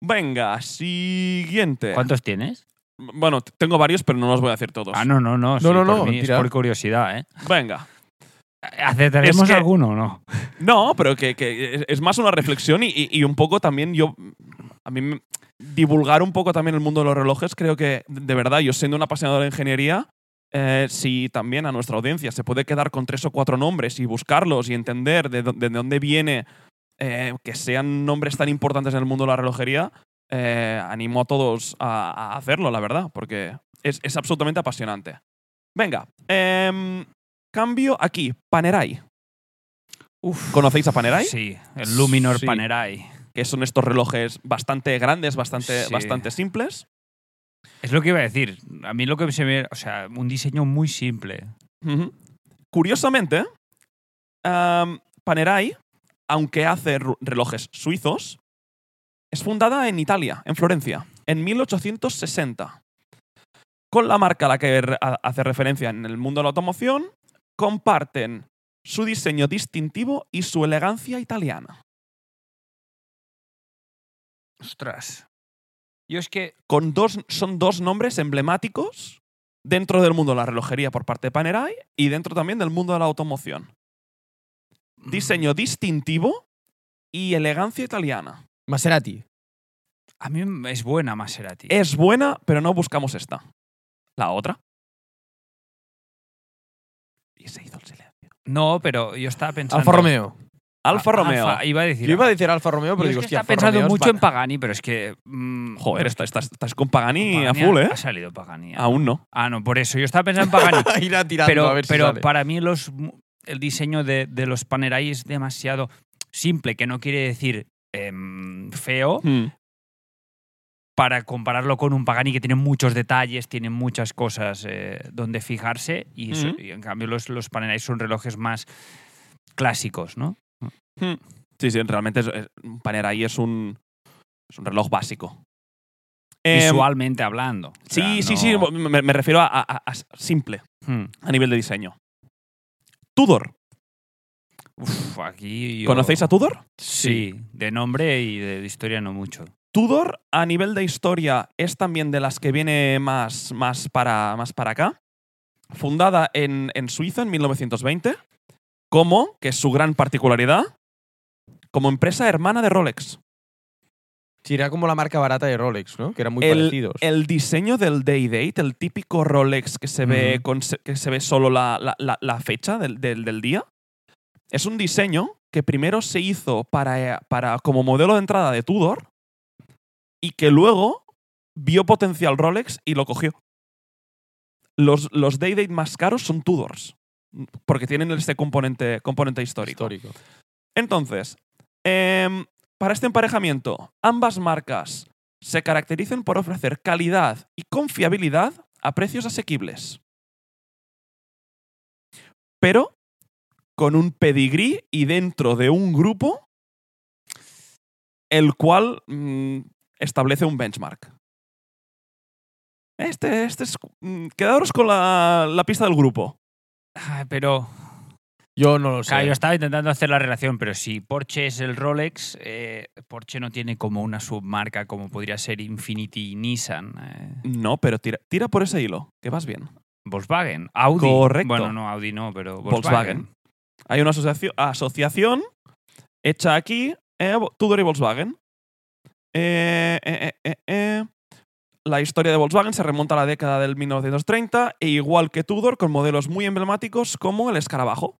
Speaker 1: Venga, siguiente.
Speaker 3: ¿Cuántos tienes?
Speaker 1: Bueno, t- tengo varios, pero no los voy a decir todos.
Speaker 3: Ah, no, no, no. sí,
Speaker 2: no,
Speaker 3: por
Speaker 2: no,
Speaker 3: mí, es
Speaker 2: tira.
Speaker 3: por curiosidad, ¿eh?
Speaker 1: Venga.
Speaker 3: ¿Acertaremos
Speaker 1: Es que-
Speaker 3: alguno o no?
Speaker 1: No, pero que, que es- es más una reflexión y, y- y un poco también yo. A mí me- divulgar un poco también el mundo de los relojes, creo que, de verdad, yo siendo un apasionado de la ingeniería, eh, si también a nuestra audiencia se puede quedar con tres o cuatro nombres y buscarlos y entender de, dó- de dónde viene eh, que sean nombres tan importantes en el mundo de la relojería, eh, animo a todos a, a hacerlo, la verdad, porque es, es absolutamente apasionante. Venga, em, cambio aquí, Panerai.
Speaker 3: Uf.
Speaker 1: ¿Conocéis a Panerai?
Speaker 3: Sí, el Luminor
Speaker 2: Sí.
Speaker 3: Panerai.
Speaker 1: que son estos relojes bastante grandes, bastante,
Speaker 3: Sí.
Speaker 1: bastante simples.
Speaker 3: Es lo que iba a decir. A mí lo que se me. O sea, un diseño muy simple.
Speaker 1: Ujú. Curiosamente, am, Panerai, aunque hace ru- relojes suizos, es fundada en Italia, en Florencia, en 1860. Con la marca a la que re- a- hace referencia en el mundo de la automoción, comparten su diseño distintivo y su elegancia italiana.
Speaker 3: Ostras. Yo es que.
Speaker 1: con dos, son dos nombres emblemáticos dentro del mundo de la relojería por parte de Panerai y dentro también del mundo de la automoción. Diseño distintivo y elegancia italiana.
Speaker 2: Maserati.
Speaker 3: A mí es buena Maserati.
Speaker 2: Eh,
Speaker 1: Es buena, pero no buscamos esta. La otra. Y se hizo el silencio.
Speaker 3: No, pero yo estaba pensando.
Speaker 2: Alfa Romeo.
Speaker 1: Alfa
Speaker 3: A-
Speaker 1: Romeo.
Speaker 3: Alfa, iba a decir.
Speaker 2: Yo iba a decir Alfa Romeo,
Speaker 3: Yo
Speaker 2: pero
Speaker 3: es
Speaker 2: digo,
Speaker 3: que
Speaker 2: hostia,
Speaker 3: estaba
Speaker 2: Alfa
Speaker 3: pensando
Speaker 2: Romeo es
Speaker 3: mucho en
Speaker 2: ba-
Speaker 3: Pagani, pero es que. mm,
Speaker 1: Joder, estás, estás- estás con Pagani,
Speaker 3: Pagani
Speaker 1: a full, ¿eh?
Speaker 3: Ha salido Pagani. Ah.
Speaker 1: Aún no.
Speaker 3: no, por eso. Yo estaba pensando en Pagani.
Speaker 2: Irá tirando
Speaker 3: pero
Speaker 2: a ver si
Speaker 3: pero
Speaker 2: sale.
Speaker 3: para mí los, el diseño de, de los Panerai es demasiado simple, que no quiere decir em, feo,
Speaker 1: Hmm.
Speaker 3: para compararlo con un Pagani que tiene muchos detalles, tiene muchas cosas eh, donde fijarse y, eso-
Speaker 1: Ujú.
Speaker 3: y en cambio los, los Panerai son relojes más clásicos, ¿no?
Speaker 1: Sí, sí, realmente es, es- un Panerai es un, es un reloj básico. Em,
Speaker 3: Visualmente hablando. O
Speaker 1: sí,
Speaker 3: sea,
Speaker 1: sí,
Speaker 3: no-
Speaker 1: sí, me, me refiero a, a- a simple,
Speaker 3: Hmm.
Speaker 1: a nivel de diseño. Tudor.
Speaker 3: Uf, aquí yo-
Speaker 1: ¿Conocéis a Tudor?
Speaker 3: Sí, de nombre y de historia no mucho.
Speaker 1: Tudor, a nivel de historia, es también de las que viene más, más, para, más para acá. Fundada en, en Suiza en 1920, como, que es su gran particularidad, como empresa hermana de Rolex.
Speaker 2: Sí, era como la marca barata de Rolex, ¿no? Que eran muy
Speaker 1: El-
Speaker 2: parecidos.
Speaker 1: El diseño del Day Date, el típico Rolex que se ve,
Speaker 3: Ujú.
Speaker 1: con se- que se ve solo la, la- la- la fecha del, del- del día, es un diseño que primero se hizo para, eh, para, como modelo de entrada de Tudor y que luego vio potencial Rolex y lo cogió. Los, los Day Date más caros son Tudors, porque tienen este componente, componente histórico.
Speaker 2: histórico.
Speaker 1: Entonces, em, para este emparejamiento, ambas marcas se caracterizan por ofrecer calidad y confiabilidad a precios asequibles. Pero con un pedigrí y dentro de un grupo el cual mm, establece un benchmark. Este, este es. mm, quedaros con la, la pista del grupo.
Speaker 3: Ah, Pero
Speaker 2: Yo no lo sé.
Speaker 3: claro, yo estaba intentando hacer la relación, pero si Porsche es el Rolex, eh, Porsche no tiene como una submarca como podría ser Infinity y Nissan. eh.
Speaker 1: No, pero tira, tira por ese hilo, que vas bien.
Speaker 3: Volkswagen, Audi.
Speaker 1: Correcto.
Speaker 3: Bueno, no, Audi no, pero
Speaker 1: Volkswagen.
Speaker 3: Volkswagen.
Speaker 1: Hay una asociacio- asociación hecha aquí, eh, Vo- Tudor y Volkswagen. Eh, eh, eh, eh, eh. La historia de Volkswagen se remonta a la década del 1930 e igual que Tudor con modelos muy emblemáticos como el escarabajo.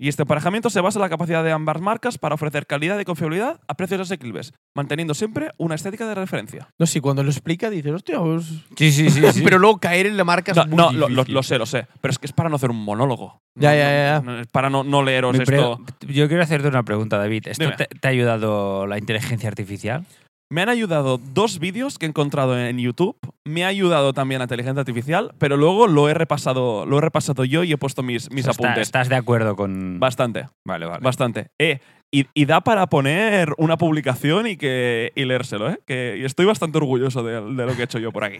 Speaker 1: Y este emparejamiento se basa en la capacidad de ambas marcas para ofrecer calidad y confiabilidad a precios asequibles, manteniendo siempre una estética de referencia.
Speaker 2: No sé, cuando lo explica dices, hostia, pues...
Speaker 3: Sí, sí, sí. sí.
Speaker 2: Pero luego caer en la marca es
Speaker 1: No,
Speaker 2: muy
Speaker 1: no, lo, lo-
Speaker 2: difícil.
Speaker 1: lo sé, lo sé, pero es que es para no hacer un monólogo.
Speaker 2: Ya,
Speaker 1: No,
Speaker 2: ya,
Speaker 1: no,
Speaker 2: ya, ya.
Speaker 1: no, es para no, no leeros
Speaker 3: Mi pre-
Speaker 1: esto.
Speaker 3: Pues Yo quiero hacerte una pregunta, David. ¿Esto
Speaker 1: Dime.
Speaker 3: te, te ha ayudado la inteligencia artificial?
Speaker 1: Me han ayudado dos vídeos que he encontrado en YouTube. Me ha ayudado también la inteligencia artificial, pero luego lo he repasado, lo he repasado yo y he puesto mis, mis
Speaker 3: O sea, está-
Speaker 1: apuntes.
Speaker 3: ¿Estás de acuerdo con...?
Speaker 1: Bastante,
Speaker 3: vale, vale.
Speaker 1: bastante. Eh, y, y da para poner una publicación y, que, y leérselo, ¿eh? Que, y estoy bastante orgulloso de, de lo que he hecho yo por aquí.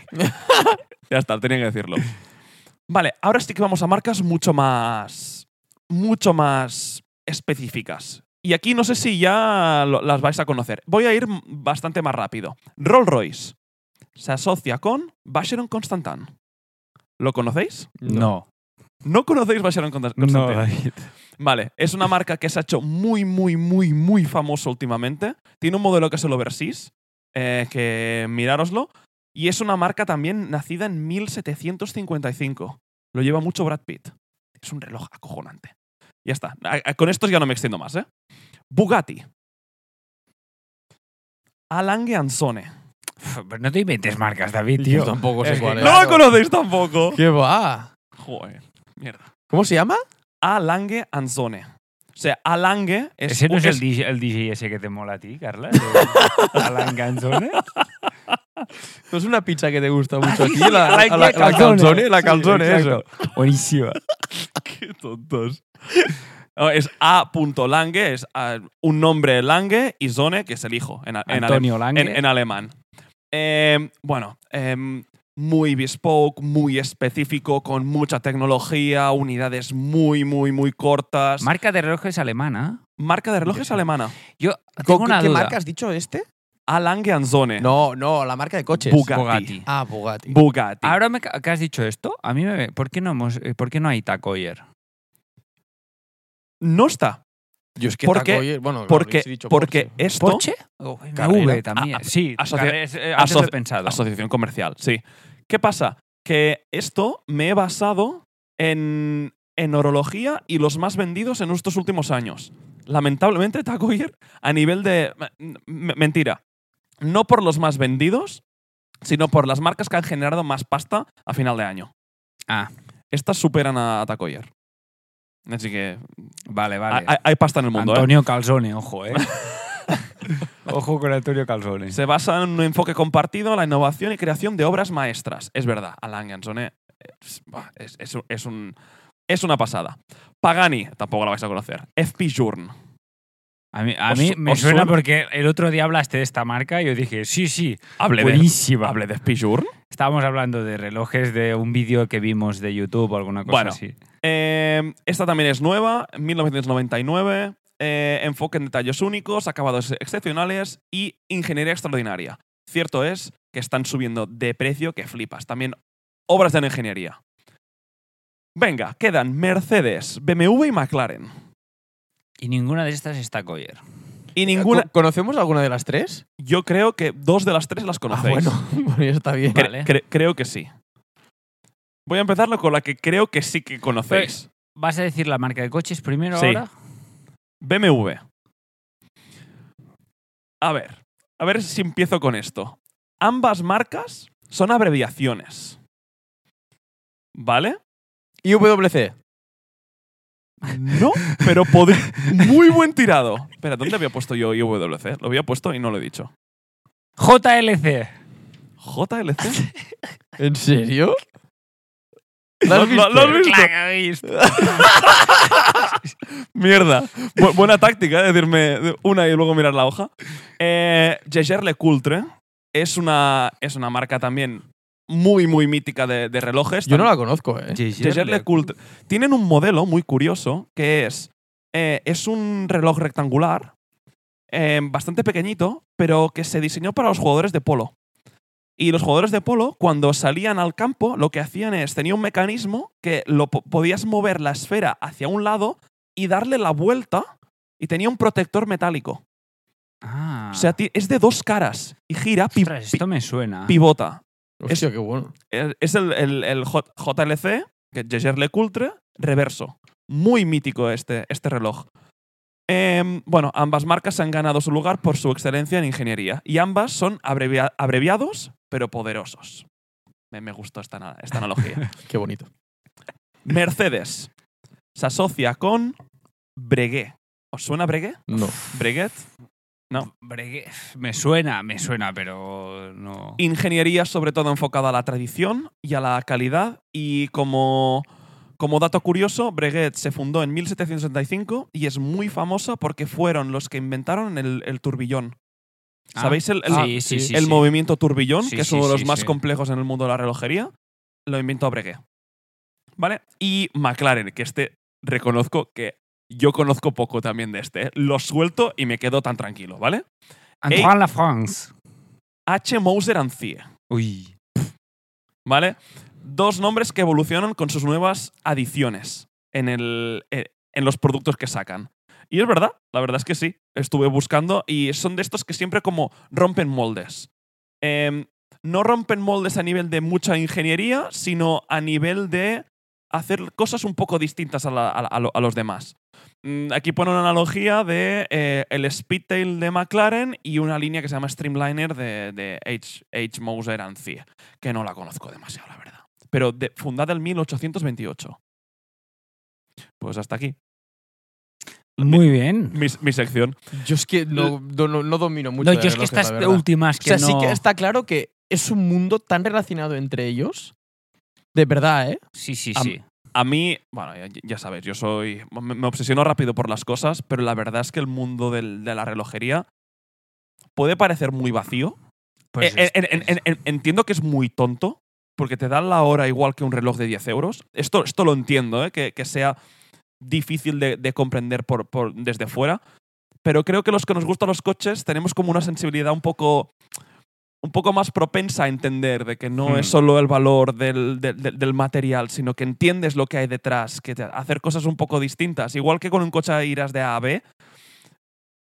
Speaker 1: ya está, tenía que decirlo. Vale, ahora sí que vamos a marcas mucho más. mucho más específicas. Y aquí no sé si ya lo- las vais a conocer. Voy a ir m- bastante más rápido. Rolls Royce se asocia con Vacheron Constantin. ¿Lo conocéis?
Speaker 3: No.
Speaker 1: ¿No conocéis Vacheron Constan- Constantin? Vale, es una marca que se ha hecho muy, muy, muy, muy famoso últimamente. Tiene un modelo que es el Overseas, eh, que mirároslo. Y es una marca también nacida en 1755. Lo lleva mucho Brad Pitt. Es un reloj acojonante. Ya está. A- a- Con estos ya no me extiendo más, ¿eh? Bugatti. Alange Ansone.
Speaker 3: Pf, pero no te inventes marcas, David,
Speaker 2: Yo
Speaker 3: tío.
Speaker 2: tampoco sé
Speaker 3: Es que-
Speaker 2: cuál es.
Speaker 1: ¡No la conocéis tampoco!
Speaker 2: ¿Qué va?
Speaker 1: Joder, mierda.
Speaker 2: ¿Cómo se llama?
Speaker 1: Alange Ansone. O sea, Alange es,
Speaker 3: ¿Ese no es,
Speaker 1: es-
Speaker 3: el, DJ, el DJ ese que te mola a ti, Carla? ¿Alan Ganzone?
Speaker 2: No es una pizza que te gusta mucho aquí.
Speaker 3: sí,
Speaker 2: La,
Speaker 3: Alange
Speaker 2: la, la
Speaker 3: Calzone.
Speaker 2: calzone, la
Speaker 3: Sí,
Speaker 2: calzone, eso.
Speaker 3: exacto. Buenísima.
Speaker 1: Qué tontos. No, es A. Lange, es ah, un nombre Lange y Zone, que es el hijo en, a- en ale-
Speaker 3: Antonio Lange.
Speaker 1: en- en alemán. Eh, bueno, em, muy bespoke, muy específico, con mucha tecnología, unidades muy, muy, muy cortas.
Speaker 3: Marca de relojes alemana.
Speaker 1: marca de relojes alemana.
Speaker 3: Yo Ah, tengo
Speaker 2: ¿Qué-
Speaker 3: una
Speaker 2: ¿Qué
Speaker 3: duda.
Speaker 2: marca has dicho este?
Speaker 1: A. Lange and Zone.
Speaker 2: No, no, la marca de coches.
Speaker 1: Bugatti.
Speaker 3: Bugatti.
Speaker 2: Ah, Bugatti.
Speaker 1: Bugatti.
Speaker 3: Ahora me ca- que has dicho esto, a mí me... ¿Por qué no, hemos, eh, ¿por qué no hay er? Tacoyer?
Speaker 1: no está.
Speaker 2: Yo es que
Speaker 1: ¿Por qué?
Speaker 2: Taco Bell- bueno,
Speaker 1: Porque,
Speaker 2: habéis dicho
Speaker 1: porque
Speaker 2: Porsche.
Speaker 1: esto. Oh,
Speaker 3: ¿Porsche? O BMW
Speaker 1: Carrera.
Speaker 3: también.
Speaker 1: Ah, ah,
Speaker 3: sí,
Speaker 1: asocia-
Speaker 3: carrera, es- eh, antes lo he
Speaker 1: asoci-
Speaker 3: pensado.
Speaker 1: Asociación comercial, sí. ¿Qué pasa? Que esto me he basado en, en orología y los más vendidos en estos últimos años. Lamentablemente, Tacoyer, a nivel de... m- m- mentira. No por los más vendidos, sino por las marcas que han generado más pasta a final de año.
Speaker 3: Ah,
Speaker 1: Estas superan a Tacoyer. Así que
Speaker 3: vale, vale.
Speaker 1: hay, hay pasta en el mundo, ¿eh?
Speaker 3: Antonio Calzone, ojo, ¿eh? Ojo con Antonio Calzone.
Speaker 1: Se basa en un enfoque compartido, la innovación y creación de obras maestras. Es verdad, Alain Gansone es, buah, es- es un- es un- es una pasada. Pagani, tampoco la vais a conocer. FP Journe.
Speaker 3: A mí, a
Speaker 1: Os-
Speaker 3: mí me
Speaker 1: os
Speaker 3: suena,
Speaker 1: suena.
Speaker 3: porque el otro día hablaste de esta marca y yo dije, sí, sí,
Speaker 1: Hable de,
Speaker 3: buenísima.
Speaker 1: hable de FP Journe.
Speaker 3: Estábamos hablando de relojes de un vídeo que vimos de YouTube o alguna cosa
Speaker 1: Bueno.
Speaker 3: así.
Speaker 1: Eh, esta también es nueva, 1999. eh, enfoque en detalles únicos, acabados excepcionales y ingeniería extraordinaria. Cierto es que están subiendo de precio que flipas. También obras en ingeniería. Venga, quedan Mercedes, BMW y McLaren.
Speaker 3: Y ninguna de estas está Coyer.
Speaker 1: Y ninguna.
Speaker 2: ¿Co- ¿Conocemos alguna de las tres?
Speaker 1: Yo creo que dos de las tres las
Speaker 2: Ah,
Speaker 1: conocéis.
Speaker 2: bueno, bueno, ya está bien.
Speaker 1: Cre-
Speaker 3: vale.
Speaker 1: cre- creo que sí. Voy a empezarlo con la que creo que sí que conocéis.
Speaker 3: ¿Vas a decir la marca de coches primero
Speaker 1: Sí.
Speaker 3: ahora?
Speaker 1: BMW. A ver, a ver si empiezo con esto. Ambas marcas son abreviaciones. ¿Vale?
Speaker 2: IWC.
Speaker 1: No, pero podri- Muy buen tirado. Espera, ¿dónde había puesto yo IWC? Lo había puesto y no lo he dicho.
Speaker 3: JLC.
Speaker 1: ¿JLC?
Speaker 2: ¿En serio?
Speaker 1: ¿Lo has visto? ¿Lo has visto?
Speaker 3: Claro, he visto.
Speaker 1: Mierda. Bu- buena táctica, ¿eh? decirme una y luego mirar la hoja. Eh, Jaeger LeCoultre es una, es una marca también muy, muy mítica de, de relojes.
Speaker 2: Yo no la conozco, ¿eh?
Speaker 1: Jaeger LeCoultre. Tienen un modelo muy curioso que es. eh, es un reloj rectangular, eh, bastante pequeñito, pero que se diseñó para los jugadores de polo. Y los jugadores de polo, cuando salían al campo, lo que hacían es. Tenía un mecanismo que lo po- podías mover la esfera hacia un lado y darle la vuelta. Y tenía un protector metálico.
Speaker 3: Ah.
Speaker 1: O sea, ti- es de dos caras. Y gira, pi-
Speaker 3: Ostras, esto me suena.
Speaker 1: pi- pivota.
Speaker 2: Hostia, qué bueno.
Speaker 1: El- Es el, el- el J- JLC, que es Jaeger LeCoultre, reverso. Muy mítico este, este reloj. Em, bueno, ambas marcas han ganado su lugar por su excelencia en ingeniería. Y ambas son abrevia- abreviados, pero poderosos. Me, me gustó esta, ana- esta analogía.
Speaker 2: Qué bonito.
Speaker 1: Mercedes se asocia con Breguet. ¿Os suena Breguet?
Speaker 2: No.
Speaker 1: Breguet.
Speaker 3: Breguet. Me suena, me suena, pero no.
Speaker 1: Ingeniería sobre todo enfocada a la tradición y a la calidad. Y como, como dato curioso, Breguet se fundó en 1765 y es muy famosa porque fueron los que inventaron el, el turbillón.
Speaker 3: Ah,
Speaker 1: ¿Sabéis el, el-
Speaker 3: sí, sí, sí,
Speaker 1: el
Speaker 3: sí.
Speaker 1: movimiento turbillón,
Speaker 3: Sí,
Speaker 1: que es
Speaker 3: sí,
Speaker 1: uno de los
Speaker 3: sí,
Speaker 1: más
Speaker 3: sí.
Speaker 1: complejos en el mundo de la relojería? Lo inventó Breguet. ¿Vale? Y McLaren, que este reconozco que yo conozco poco también de este. ¿eh? Lo suelto y me quedo tan tranquilo, ¿vale?
Speaker 3: Antoine Lafrance.
Speaker 1: H. Moser and Cie.
Speaker 3: Uy.
Speaker 1: ¿vale? Dos nombres que evolucionan con sus nuevas adiciones en, el, eh, en los productos que sacan. Y es verdad, la verdad es que sí, estuve buscando y son de estos que siempre como rompen moldes. Em, no rompen moldes a nivel de mucha ingeniería, sino a nivel de hacer cosas un poco distintas a, la- a la- a lo- a los demás. Mm, Aquí pone una analogía de eh, el Speedtail de McLaren y una línea que se llama Streamliner de, de H, H. Moser and Cie que no la conozco demasiado, la verdad. Pero de- fundada en 1828. Pues hasta aquí.
Speaker 3: Muy bien.
Speaker 1: Mi, mi sección.
Speaker 2: Yo es que no, no, no- no domino mucho.
Speaker 3: No,
Speaker 2: de
Speaker 3: yo es que
Speaker 2: relojes,
Speaker 3: estas
Speaker 2: la verdad.
Speaker 3: últimas
Speaker 2: O
Speaker 3: que
Speaker 2: sea, sí
Speaker 3: no-
Speaker 2: que está claro que es un mundo tan relacionado entre ellos. De verdad, ¿eh?
Speaker 3: Sí, sí,
Speaker 1: Am-
Speaker 3: sí.
Speaker 1: A mí, bueno, ya, ya sabes, yo soy. Me, me obsesiono rápido por las cosas, pero la verdad es que el mundo del- de la relojería puede parecer muy vacío. Eh,
Speaker 3: Pues
Speaker 1: en-
Speaker 3: este
Speaker 1: en-
Speaker 3: es-
Speaker 1: en- en- entiendo que es muy tonto, porque te dan la hora igual que un reloj de 10 euros. Esto, esto lo entiendo, ¿eh? que, que sea difícil de, de comprender por, por- desde fuera. Pero creo que los que nos gustan los coches tenemos como una sensibilidad un poco, un poco más propensa a entender de que no
Speaker 3: Hmm.
Speaker 1: es solo el valor del, del- del- del material, sino que entiendes lo que hay detrás, que te- hacer cosas un poco distintas. Igual que con un coche irás de A a B,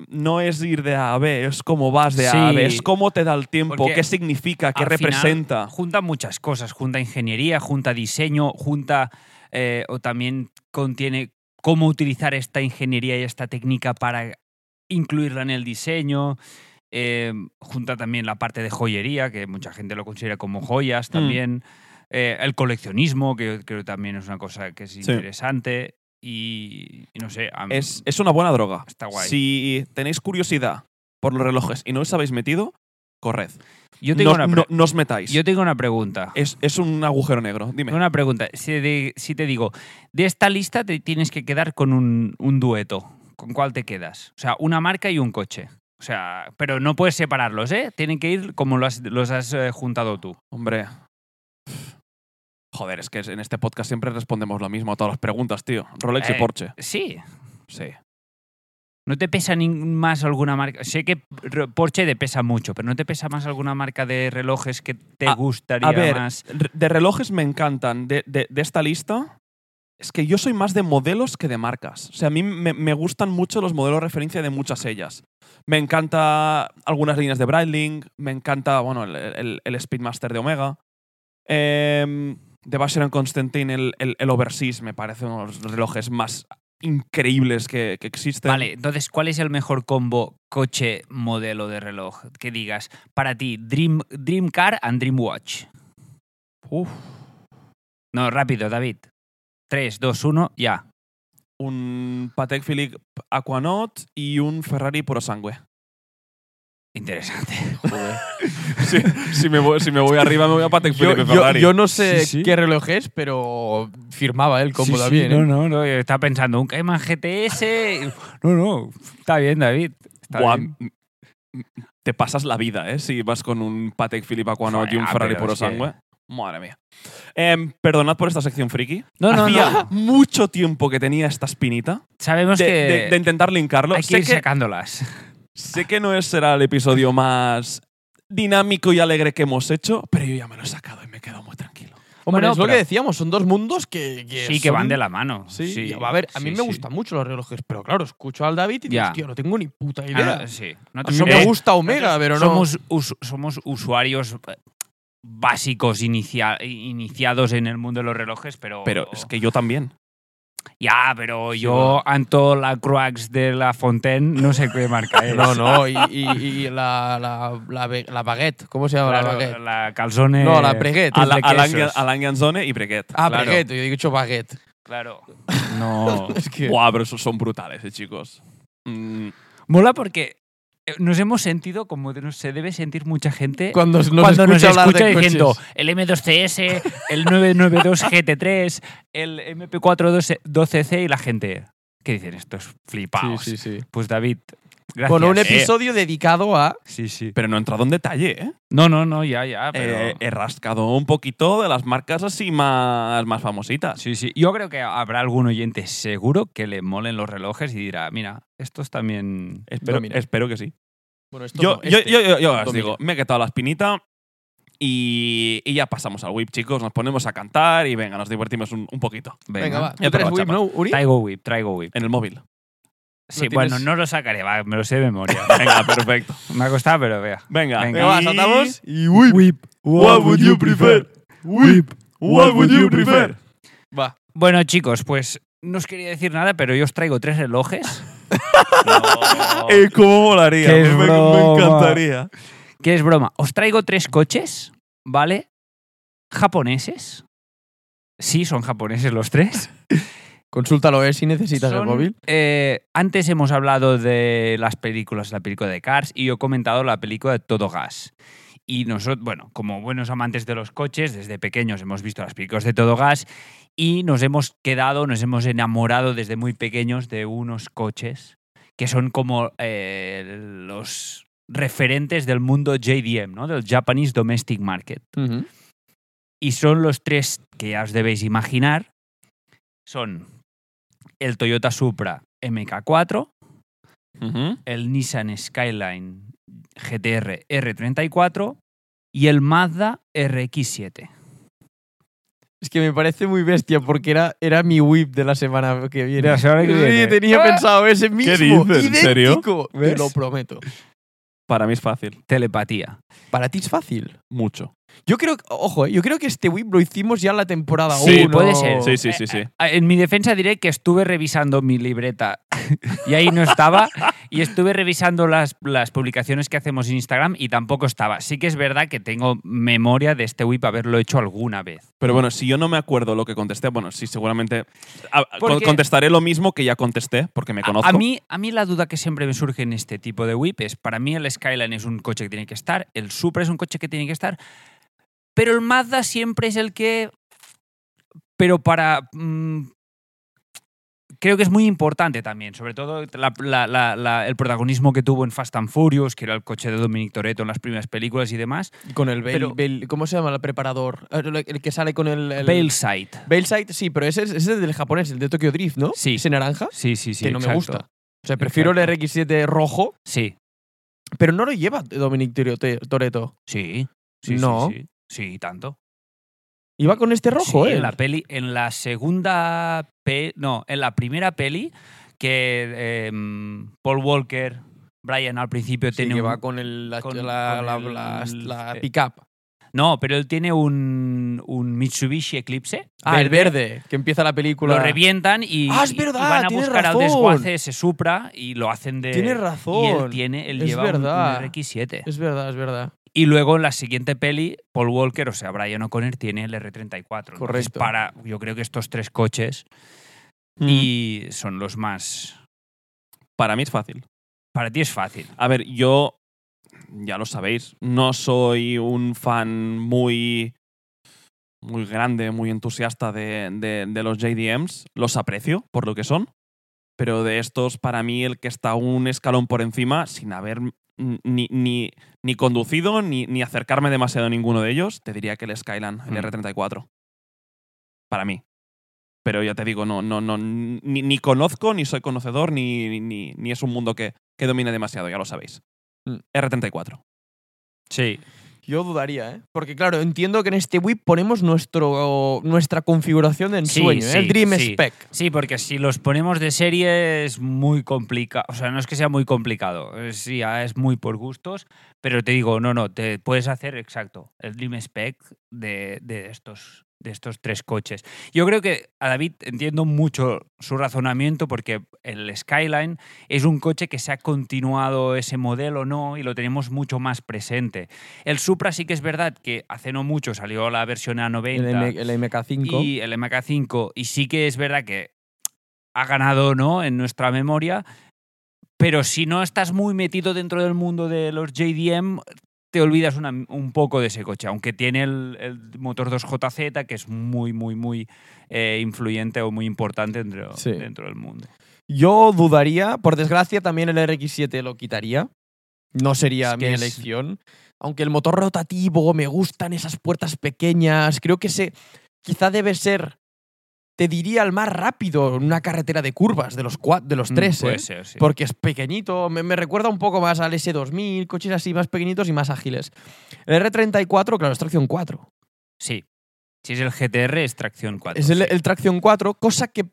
Speaker 1: no es ir de A a B, es cómo vas de A a B,
Speaker 3: Sí.
Speaker 1: es cómo te da el tiempo,
Speaker 3: Porque
Speaker 1: qué significa, qué
Speaker 3: al final,
Speaker 1: representa.
Speaker 3: junta muchas cosas, junta ingeniería, junta diseño, junta eh, o también contiene cómo utilizar esta ingeniería y esta técnica para incluirla en el diseño. eh, junta también la parte de joyería, que mucha gente lo considera como joyas
Speaker 1: Mm.
Speaker 3: también. eh, el coleccionismo, que yo creo también es una cosa que es interesante. Y, y no sé, a mí
Speaker 1: Es, es una buena droga.
Speaker 3: Mm. Está guay.
Speaker 1: Si tenéis curiosidad por los relojes y no os habéis metido, corred.
Speaker 3: Yo tengo,
Speaker 1: no,
Speaker 3: una, pre-
Speaker 1: no- no os metáis.
Speaker 3: yo tengo una pregunta.
Speaker 1: es, es un agujero negro. Dime.
Speaker 3: Una pregunta. Si, de- si te digo, de esta lista te tienes que quedar con un, un dueto. ¿Con cuál te quedas? O sea, una marca y un coche. O sea, pero no puedes separarlos, ¿eh? Tienen que ir como lo has- los has eh, juntado tú.
Speaker 1: Hombre. Pff. Joder, es que en este podcast siempre respondemos lo mismo a todas las preguntas, tío. Rolex
Speaker 3: Eh.
Speaker 1: y Porsche.
Speaker 3: Sí.
Speaker 1: Sí.
Speaker 3: ¿No te pesa ni- más alguna marca? Sé que re- Porsche te pesa mucho, pero ¿no te pesa más alguna marca de relojes que te
Speaker 1: A-
Speaker 3: gustaría
Speaker 1: a ver,
Speaker 3: más?
Speaker 1: re- de relojes me encantan. De, de- de esta lista, es que yo soy más de modelos que de marcas. O sea, a mí me, me gustan mucho los modelos de referencia de muchas ellas. Me encanta algunas líneas de Breitling, me encanta, bueno, el, el- el Speedmaster de Omega. Em, de Basher Constantine, el, el, el Overseas me parece uno de los relojes más increíbles que, que existen.
Speaker 3: Vale, entonces, ¿cuál es el mejor combo coche modelo de reloj? Que digas, para ti, Dream, dream Car and Dream Watch.
Speaker 1: Uf,
Speaker 3: No, rápido, David. 3, 2, 1, ya.
Speaker 1: un Patek Philippe Aquanaut y un Ferrari Puro Sangue.
Speaker 3: Interesante.
Speaker 1: Sí, si, me voy, si me voy arriba, me voy a Patek
Speaker 2: Yo,
Speaker 1: Philippe
Speaker 2: yo-
Speaker 1: Ferrari.
Speaker 2: yo no sé
Speaker 3: Sí, sí.
Speaker 2: qué reloj es, pero firmaba el
Speaker 3: Sí,
Speaker 2: cómodo
Speaker 3: sí,
Speaker 2: bien. ¿eh?
Speaker 3: No, no, no, yo estaba pensando, un Cayman GTS. No, no, está bien, David. está
Speaker 1: Buah,
Speaker 3: bien.
Speaker 1: m- m- te pasas la vida, ¿eh? Si vas con un Patek Philippe Aquanaut y un
Speaker 3: Ah,
Speaker 1: Ferrari
Speaker 3: pero
Speaker 1: puro
Speaker 3: es que-
Speaker 1: sangue. Madre mía. Em, perdonad por esta sección friki.
Speaker 3: No, no,
Speaker 1: Hacía
Speaker 3: no.
Speaker 1: mucho tiempo que tenía esta espinita
Speaker 3: Sabemos
Speaker 1: de,
Speaker 3: que
Speaker 1: de- de intentar linkarlo.
Speaker 3: hay que
Speaker 1: Sé
Speaker 3: ir
Speaker 1: que,
Speaker 3: sacándolas.
Speaker 1: sé que no es- será el episodio más dinámico y alegre que hemos hecho, pero yo ya me lo he sacado y me he quedado muy tranquilo.
Speaker 2: Hombre,
Speaker 3: Bueno,
Speaker 2: es lo
Speaker 3: pero-
Speaker 2: que decíamos, son dos mundos que, que
Speaker 3: Sí, que
Speaker 2: son-
Speaker 3: van de la mano.
Speaker 2: Sí,
Speaker 3: sí Ah,
Speaker 2: y, a ver, a mí
Speaker 3: sí,
Speaker 2: me
Speaker 3: sí.
Speaker 2: gustan mucho los relojes, pero claro, escucho al David y digo,
Speaker 3: Ya.
Speaker 2: hostia, no tengo ni puta
Speaker 3: Ah, no,
Speaker 2: idea.
Speaker 3: sí.
Speaker 2: A
Speaker 3: Nosotros
Speaker 2: mí me
Speaker 3: somos-
Speaker 2: gusta Omega, pero no.
Speaker 3: somos, us- somos usuarios eh, básicos inicia- iniciados en el mundo de los relojes, pero.
Speaker 1: Pero es que yo también.
Speaker 3: Ya, pero
Speaker 2: Sí,
Speaker 3: yo, Anto la Croix de la Fontaine, no sé qué marca es.
Speaker 2: Eh, No, no, y, y- y la, la, la, ve- la baguette, ¿cómo se llama la
Speaker 3: Claro,
Speaker 2: baguette?
Speaker 3: la calzone.
Speaker 2: no, la breguet.
Speaker 1: Ala-
Speaker 3: de
Speaker 1: Alain
Speaker 3: quesos.
Speaker 1: Alain Ganzone y Breguet.
Speaker 2: ah,
Speaker 3: claro.
Speaker 2: breguet, yo he dicho baguette.
Speaker 3: Claro. No.
Speaker 2: Es que...
Speaker 1: Buah, pero esos son brutales, eh, chicos. Mm,
Speaker 3: Mola porque eh, nos hemos sentido como de- se debe sentir mucha gente
Speaker 2: Cuando nos
Speaker 3: cuando nos escucha,
Speaker 2: escucha hablar de coches.
Speaker 3: diciendo el M2CS, el 992 GT3, el MP412C y la gente. ¿Qué dicen estos flipaos?
Speaker 2: Sí, sí, sí.
Speaker 3: Pues David, gracias.
Speaker 2: Bueno, un
Speaker 3: Eh,
Speaker 2: episodio dedicado a...
Speaker 3: Sí, sí.
Speaker 1: pero no he entrado en detalle, ¿eh?
Speaker 3: No, no, no, ya, ya. Pero...
Speaker 1: Eh, he rascado un poquito de las marcas así más, más famositas.
Speaker 3: Sí, sí. Yo creo que habrá algún oyente seguro que le molen los relojes y dirá, mira, estos también.
Speaker 1: Espero,
Speaker 2: Domina.
Speaker 1: espero que sí.
Speaker 2: Bueno, esto
Speaker 1: Yo,
Speaker 2: no,
Speaker 1: yo,
Speaker 2: este.
Speaker 1: yo, yo- yo os
Speaker 2: Domina.
Speaker 1: digo, me he quitado la espinita y, y ya pasamos al whip, chicos. Nos ponemos a cantar y venga, nos divertimos un, un poquito.
Speaker 3: Venga,
Speaker 2: Venga, va. ¿Tú
Speaker 1: Ya te
Speaker 2: traes
Speaker 1: lo
Speaker 2: Wii,
Speaker 1: chapa.
Speaker 2: no, Uri?
Speaker 3: Traigo whip, traigo whip.
Speaker 1: En el móvil.
Speaker 3: Sí,
Speaker 2: tienes-
Speaker 3: bueno, no lo sacaré, va, me lo sé de memoria.
Speaker 1: Venga, perfecto.
Speaker 3: me ha costado, pero vea.
Speaker 1: Venga.
Speaker 3: Venga.
Speaker 2: Venga, va,
Speaker 1: Y-
Speaker 2: saltamos.
Speaker 3: Y whip.
Speaker 1: What would you prefer? Whip. What would you prefer?
Speaker 2: Va.
Speaker 3: Bueno, chicos, pues no os quería decir nada, pero yo os traigo tres relojes. No.
Speaker 1: Eh, ¿Cómo volaría?
Speaker 3: Qué
Speaker 1: Me, me- me
Speaker 3: broma.
Speaker 1: encantaría.
Speaker 3: que es broma. Os traigo tres coches, ¿vale? Japoneses. Sí, son japoneses los tres.
Speaker 2: Consúltalo, eh, si necesitas el
Speaker 3: Son,
Speaker 2: móvil.
Speaker 3: eh, antes hemos hablado de las películas, la película de Cars, y yo he comentado la película de Todo Gas. Y nosotros, bueno, como buenos amantes de los coches, desde pequeños hemos visto las películas de Todo Gas y nos hemos quedado, nos hemos enamorado desde muy pequeños de unos coches que son como eh, los referentes del mundo JDM, ¿no? Del Japanese Domestic Market.
Speaker 2: Ujú.
Speaker 3: Y son los tres que ya os debéis imaginar. Son el Toyota Supra MK4, el Nissan Skyline GTR R34 y el Mazda RX7.
Speaker 2: Es que me parece muy bestia porque era, era mi whip de la semana que viene.
Speaker 3: semana
Speaker 2: Sí, tenía pensado ese mismo.
Speaker 1: dices? ¿En serio?
Speaker 2: idéntico. Te
Speaker 3: ¿Ves?
Speaker 2: lo prometo.
Speaker 1: Para mí es fácil.
Speaker 3: Telepatía.
Speaker 2: Para ti es fácil.
Speaker 1: Mucho.
Speaker 2: Yo creo, que- ojo, eh, yo creo que este whip lo hicimos ya en la temporada
Speaker 1: Sí,
Speaker 2: uno.
Speaker 3: puede ser. Eh, Ah,
Speaker 1: Sí, sí, sí, sí.
Speaker 3: En mi defensa diré que estuve revisando mi libreta y ahí no estaba. Y estuve revisando las, las publicaciones que hacemos en Instagram y tampoco estaba. Sí que es verdad que tengo memoria de este whip haberlo hecho alguna vez.
Speaker 1: Pero bueno, si yo no me acuerdo lo que contesté, bueno, sí, seguramente ah, con-
Speaker 3: Porque-
Speaker 1: contestaré lo mismo que ya contesté, porque me
Speaker 3: A-
Speaker 1: conozco.
Speaker 3: A, mí, a mí la duda que siempre me surge en este tipo de whip es, para mí el Skyline es un coche que tiene que estar, el Supra es un coche que tiene que estar, pero el Mazda siempre es el que... Pero para... mm, creo que es muy importante también, sobre todo la- la- la- la- el protagonismo que tuvo en Fast and Furious, que era el coche de Dominic Toretto en las primeras películas y demás.
Speaker 2: Y Con el Bale,
Speaker 3: Pero-
Speaker 2: Bale- ¿Cómo se llama el preparador? El, el que sale con el. el
Speaker 3: Baleside.
Speaker 2: Baleside, sí, pero ese es, ese es del japonés, el de Tokyo Drift, ¿no?
Speaker 3: Sí.
Speaker 2: Ese naranja,
Speaker 3: Sí, sí, sí.
Speaker 2: que no me
Speaker 3: exacto.
Speaker 2: gusta. O sea, prefiero el RX7 rojo,
Speaker 3: Sí,
Speaker 2: pero no lo lleva Dominic Toretto- Toretto.
Speaker 3: sí. sí, sí,
Speaker 2: No.
Speaker 3: Sí, sí, tanto.
Speaker 2: Iba con este rojo,
Speaker 3: Sí,
Speaker 2: ¿eh?
Speaker 3: En la peli, en la segunda pe- no, en la primera peli que em, Paul Walker, Brian al principio
Speaker 2: Sí,
Speaker 3: tiene
Speaker 2: que
Speaker 3: un-
Speaker 2: va con, este. el, la,
Speaker 3: con-
Speaker 2: la,
Speaker 3: con
Speaker 2: la-
Speaker 3: el-
Speaker 2: la- la
Speaker 3: eh,
Speaker 2: pick-up.
Speaker 3: no, pero él tiene un, un Mitsubishi Eclipse.
Speaker 2: Ah, el verde, que empieza la película.
Speaker 3: Lo revientan y,
Speaker 2: Ah, es
Speaker 3: y
Speaker 2: verdad,
Speaker 3: van a
Speaker 2: tienes
Speaker 3: buscar
Speaker 2: razón.
Speaker 3: al desguace ese Supra y lo hacen de
Speaker 2: Tienes
Speaker 3: y él
Speaker 2: razón.
Speaker 3: tiene él
Speaker 2: Es
Speaker 3: lleva un-
Speaker 2: verdad.
Speaker 3: un RX7.
Speaker 2: Es verdad, es verdad.
Speaker 3: Y luego en la siguiente peli, Paul Walker, o sea, Brian O'Connor, tiene el R34. Entonces,
Speaker 2: Correcto.
Speaker 3: para, yo creo que estos tres coches y son los más.
Speaker 1: Para mí es fácil.
Speaker 3: Para ti es fácil.
Speaker 1: A ver, yo, ya lo sabéis, no soy un fan muy, muy grande, muy entusiasta de, de- de los JDMs. Los aprecio por lo que son. Pero de estos, para mí, el que está un escalón por encima, sin haber ni, ni, ni conducido ni, ni acercarme demasiado a ninguno de ellos, te diría que el Skyline, el
Speaker 3: Mm.
Speaker 1: R34. Para mí. Pero ya te digo, no, no, no, ni, ni conozco, ni soy conocedor, ni, ni, ni es un mundo que, que domine demasiado, ya lo sabéis.
Speaker 2: Mm.
Speaker 1: R34.
Speaker 3: Sí.
Speaker 2: Yo dudaría, ¿eh? Porque, claro, entiendo que en este WIP ponemos nuestro, nuestra configuración de
Speaker 3: Sí,
Speaker 2: ensueño, ¿eh?
Speaker 3: sí,
Speaker 2: El Dream
Speaker 3: sí.
Speaker 2: Spec.
Speaker 3: Sí, porque si los ponemos de serie es muy complicado. O sea, no es que sea muy complicado. eh, Sí, ah, es muy por gustos. Pero te digo, no, no, te puedes hacer exacto el Dream Spec de, de estos de estos tres coches. Yo creo que a David entiendo mucho su razonamiento porque el Skyline es un coche que se ha continuado ese modelo, ¿no? Y lo tenemos mucho más presente. El Supra sí que es verdad que hace no mucho salió la versión A90.
Speaker 2: El, M- el MK5.
Speaker 3: Y el MK5. Y sí que es verdad que ha ganado, ¿no? En nuestra memoria. Pero si no estás muy metido dentro del mundo de los JDM, te olvidas una- un poco de ese coche. Aunque tiene el, el motor 2JZ, que es muy, muy, muy eh, influyente o muy importante dentro,
Speaker 2: Sí.
Speaker 3: dentro del mundo.
Speaker 2: Yo dudaría, por desgracia también el RX7 lo quitaría. No sería
Speaker 3: Es que
Speaker 2: mi
Speaker 3: es-
Speaker 2: elección. Aunque el motor rotativo, me gustan esas puertas pequeñas, creo que se quizá debe ser, te diría, el más rápido en una carretera de curvas de los, cua- de los tres.
Speaker 3: Puede
Speaker 2: ¿eh?
Speaker 3: ser, Mm, pues, sí.
Speaker 2: Porque es pequeñito, me, me recuerda un poco más al S2000, coches así más pequeñitos y más ágiles. El R34, claro, es tracción 4.
Speaker 3: Sí. Si es el GTR, es tracción 4.
Speaker 2: Es el, E-
Speaker 3: sí.
Speaker 2: el tracción 4, cosa que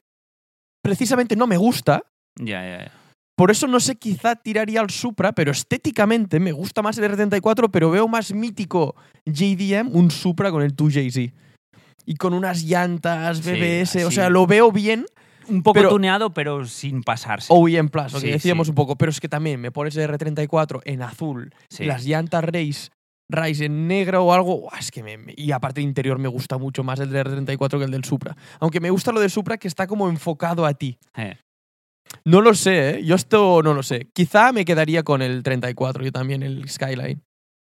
Speaker 2: precisamente no me gusta,
Speaker 3: Ya, ya, ya.
Speaker 2: Por eso no sé, quizá tiraría al Supra, pero estéticamente me gusta más el R34, pero veo más mítico JDM un Supra con el 2JZ. Y con unas llantas,
Speaker 3: Sí,
Speaker 2: BBS, o
Speaker 3: así.
Speaker 2: sea, lo veo bien.
Speaker 3: Un poco
Speaker 2: Pero-
Speaker 3: tuneado, pero sin pasarse.
Speaker 2: OEM Plus, lo que
Speaker 3: Sí,
Speaker 2: decíamos
Speaker 3: sí.
Speaker 2: un poco, pero es que también me pones el R34 en azul,
Speaker 3: Sí.
Speaker 2: las llantas Race, Race en negro o algo, ¡guau! es que me, me- y aparte interior me gusta mucho más el del R34 que el del Supra. Aunque me gusta lo del Supra que está como enfocado a ti.
Speaker 3: Eh.
Speaker 2: No lo sé, ¿eh? yo esto no lo sé. Quizá me quedaría con el 34, yo también el Skyline.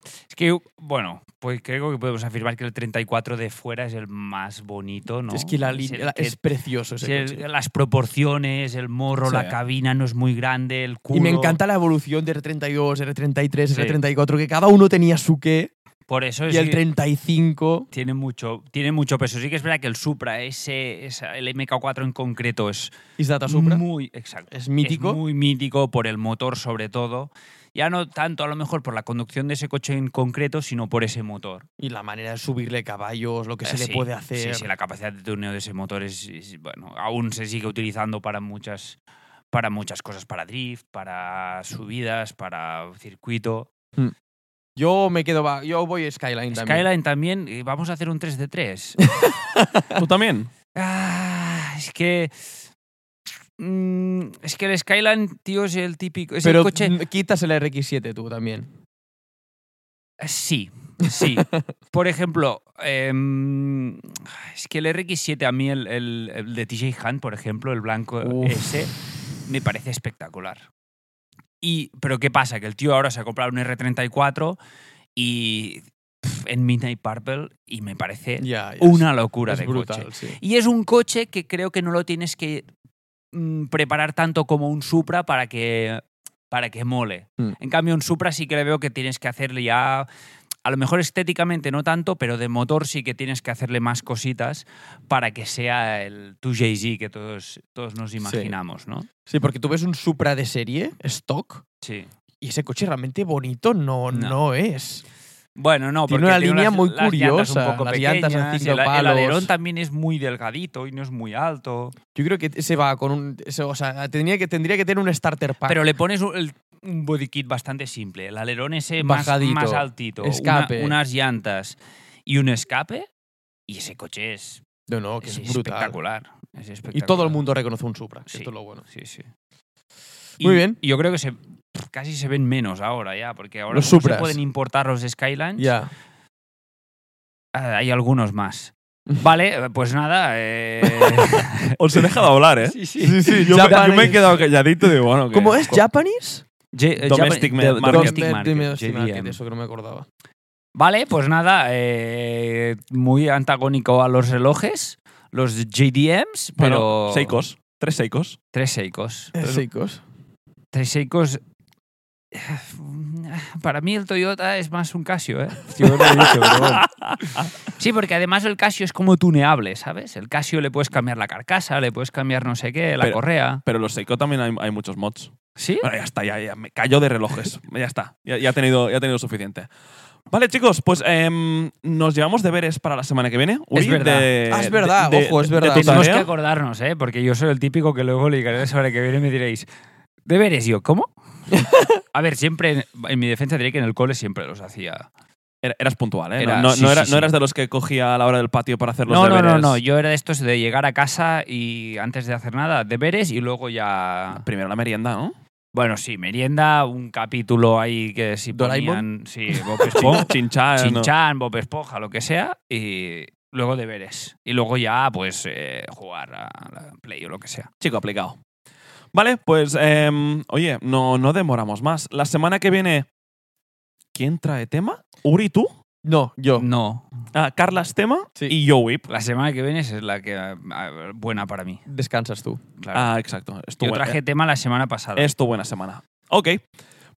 Speaker 3: Es que, bueno, pues creo que podemos afirmar que el 34 de fuera es el más bonito, ¿no?
Speaker 2: Es que la
Speaker 3: el
Speaker 2: línea la-
Speaker 3: que-
Speaker 2: es precioso ese
Speaker 3: es el-
Speaker 2: coche.
Speaker 3: las proporciones, el morro,
Speaker 1: Sí.
Speaker 3: la cabina no es muy grande, el culo.
Speaker 2: Y me encanta la evolución del R32, R33,
Speaker 3: Sí.
Speaker 2: R34, que cada uno tenía su qué.
Speaker 3: Por eso es
Speaker 2: Y el
Speaker 3: que
Speaker 2: 35.
Speaker 3: tiene mucho, tiene mucho peso. Sí que es verdad que el Supra, ese, esa- el MK4 en concreto, es
Speaker 2: ¿Y Data Supra?
Speaker 3: muy exacto.
Speaker 2: Es mítico.
Speaker 3: Es muy mítico por el motor, sobre todo. Ya no tanto a lo mejor por la conducción de ese coche en concreto, sino por ese motor.
Speaker 2: Y la manera de subirle caballos, lo que se
Speaker 3: Eh,
Speaker 2: le
Speaker 3: sí,
Speaker 2: puede
Speaker 3: Sí,
Speaker 2: hacer.
Speaker 3: sí, la capacidad de tuneo de ese motor es, es- bueno, aún se sigue utilizando para muchas para muchas cosas, para drift, para subidas, para circuito.
Speaker 2: Yo me quedo. va- Yo voy Skyline también.
Speaker 3: Skyline también, eh, vamos a hacer un 3 de 3.
Speaker 1: ¿Tú también?
Speaker 3: Ah, es que Mm, es que el Skyline, tío, es el típico. Es
Speaker 2: Pero
Speaker 3: el coche.
Speaker 2: n- quitas el RX7 tú también.
Speaker 3: Sí, sí. Por ejemplo, em, es que el RX7, a mí el, el- el de TJ Hunt, por ejemplo, el blanco
Speaker 2: Uf.
Speaker 3: ese, me parece espectacular. Y, pero ¿qué pasa? Que el tío ahora se ha comprado un R34 y pf, en Midnight Purple y me parece
Speaker 2: Ya, ya,
Speaker 3: una
Speaker 2: es-
Speaker 3: locura
Speaker 2: es
Speaker 3: de
Speaker 2: brutal,
Speaker 3: coche.
Speaker 2: sí.
Speaker 3: Y es un coche que creo que no lo tienes que mm, preparar tanto como un Supra para que, para que mole.
Speaker 2: Mm.
Speaker 3: En cambio, un Supra sí que le veo que tienes que hacerle ya. A lo mejor estéticamente no tanto, pero de motor sí que tienes que hacerle más cositas para que sea el tu Jay-Z que todos, todos nos imaginamos, ¿no?
Speaker 2: Sí, porque tú ves un Supra de serie, stock,
Speaker 3: Sí.
Speaker 2: y ese coche realmente bonito no, no.
Speaker 3: No.
Speaker 2: es.
Speaker 3: Bueno, no,
Speaker 2: Tiene
Speaker 3: porque
Speaker 2: una línea
Speaker 3: unas-
Speaker 2: muy
Speaker 3: las llantas
Speaker 2: curiosa,
Speaker 3: un poco
Speaker 2: las llantas en
Speaker 3: pequeñas,
Speaker 2: cinco
Speaker 3: el- El
Speaker 2: palos.
Speaker 3: alerón también es muy delgadito y no es muy alto.
Speaker 2: Yo creo que ese va con un. ese- o sea, tendría que, tendría que tener un starter pack.
Speaker 3: Pero le pones un, el- un body kit bastante simple. El alerón ese más,
Speaker 2: Bajadito.
Speaker 3: más altito. una-
Speaker 2: Escape.
Speaker 3: unas llantas y un escape. Y ese coche es,
Speaker 2: no, no, Oh, que
Speaker 3: es
Speaker 2: es, brutal.
Speaker 3: espectacular. Es
Speaker 2: Y
Speaker 3: espectacular.
Speaker 2: todo el mundo reconoce un Supra. que
Speaker 3: Sí.
Speaker 2: Esto es lo bueno.
Speaker 3: Sí, sí.
Speaker 2: Muy
Speaker 3: Y
Speaker 2: bien.
Speaker 3: Yo creo que se, casi se ven menos ahora ya, porque ahora
Speaker 2: Los
Speaker 3: como se
Speaker 2: Supras.
Speaker 3: pueden importar los Skylines.
Speaker 2: Ya.
Speaker 3: ah, hay algunos más. Vale, eh, pues nada. eh,
Speaker 1: Os he dejado hablar, ¿eh?
Speaker 3: sí, sí.
Speaker 1: Sí, sí, yo, me- yo me he quedado calladito y digo, bueno. que-
Speaker 2: ¿Cómo es? ¿Japanese?
Speaker 3: Ye- eh,
Speaker 1: Domestic
Speaker 3: Japan-
Speaker 1: Market.
Speaker 3: Domestic
Speaker 2: Dom-
Speaker 3: Market,
Speaker 2: Dom- Domestic Market,
Speaker 3: JDM.
Speaker 2: Eso que no me acordaba.
Speaker 3: Vale, pues nada, eh, muy antagónico a los relojes, los JDMs,
Speaker 1: Bueno,
Speaker 3: pero...
Speaker 1: Seikos. Eh, Tres Seikos.
Speaker 3: Tres Seikos.
Speaker 1: Pero-
Speaker 2: Seikos.
Speaker 3: Tres Seikos... eh, Para mí el Toyota es más un Casio, ¿eh? Sí, lo he dicho, pero bueno. Sí, porque además el Casio es como tuneable, ¿sabes? El Casio le puedes cambiar la carcasa, le puedes cambiar no sé qué, la
Speaker 1: Pero-
Speaker 3: correa.
Speaker 1: Pero los Seiko también hay, hay muchos mods.
Speaker 3: ¿Sí?
Speaker 1: Bueno, ya está, ya, ya me callo de relojes. Ya está, ya, ya he tenido, ya he tenido suficiente. Vale, chicos, pues em, nos llevamos deberes para la semana que viene. Uri,
Speaker 3: Es verdad.
Speaker 1: de-
Speaker 2: Ah, es verdad, ojo, es
Speaker 1: de
Speaker 2: verdad.
Speaker 1: tu
Speaker 3: Tenemos que
Speaker 1: tarea.
Speaker 3: acordarnos, ¿eh? Porque yo soy el típico que luego ligaré la semana que viene y me diréis, deberes yo, ¿cómo? a ver, siempre, en, en mi defensa diré que en el cole siempre los hacía.
Speaker 1: Era- Eras puntual, ¿eh?
Speaker 3: Era-
Speaker 1: no, no-
Speaker 3: sí,
Speaker 1: no
Speaker 3: sí,
Speaker 1: era-
Speaker 3: sí.
Speaker 1: no eras de los que cogía a la hora del patio para hacer los
Speaker 3: No, no,
Speaker 1: deberes.
Speaker 3: no, no, yo era de estos de llegar a casa y antes de hacer nada, deberes y luego ya...
Speaker 1: Ah, Primero la merienda, ¿no?
Speaker 3: Bueno, sí, merienda, un capítulo ahí que si
Speaker 2: ¿Doraemon?
Speaker 3: ponían... Sí, Bob Esponja,
Speaker 1: Chinchar. Ah, ¿no?
Speaker 3: Chinchán, Bob Esponja, lo que sea, y luego deberes. Y luego ya, pues, eh, jugar a la Play o lo que sea.
Speaker 1: Chico aplicado. Vale, pues em, oye, no, no demoramos más. La semana que viene, ¿quién trae tema? Uri, tú,
Speaker 2: No, yo.
Speaker 3: No,
Speaker 1: ah, Carlas tema
Speaker 2: Sí.
Speaker 1: y yo Whip.
Speaker 3: La semana que viene es la que ah, ah, buena para mí.
Speaker 2: Descansas tú.
Speaker 3: Claro.
Speaker 1: Ah, exacto. Es tu,
Speaker 3: Yo
Speaker 1: buen-
Speaker 3: traje tema la semana pasada.
Speaker 1: es tu buena semana. Ok,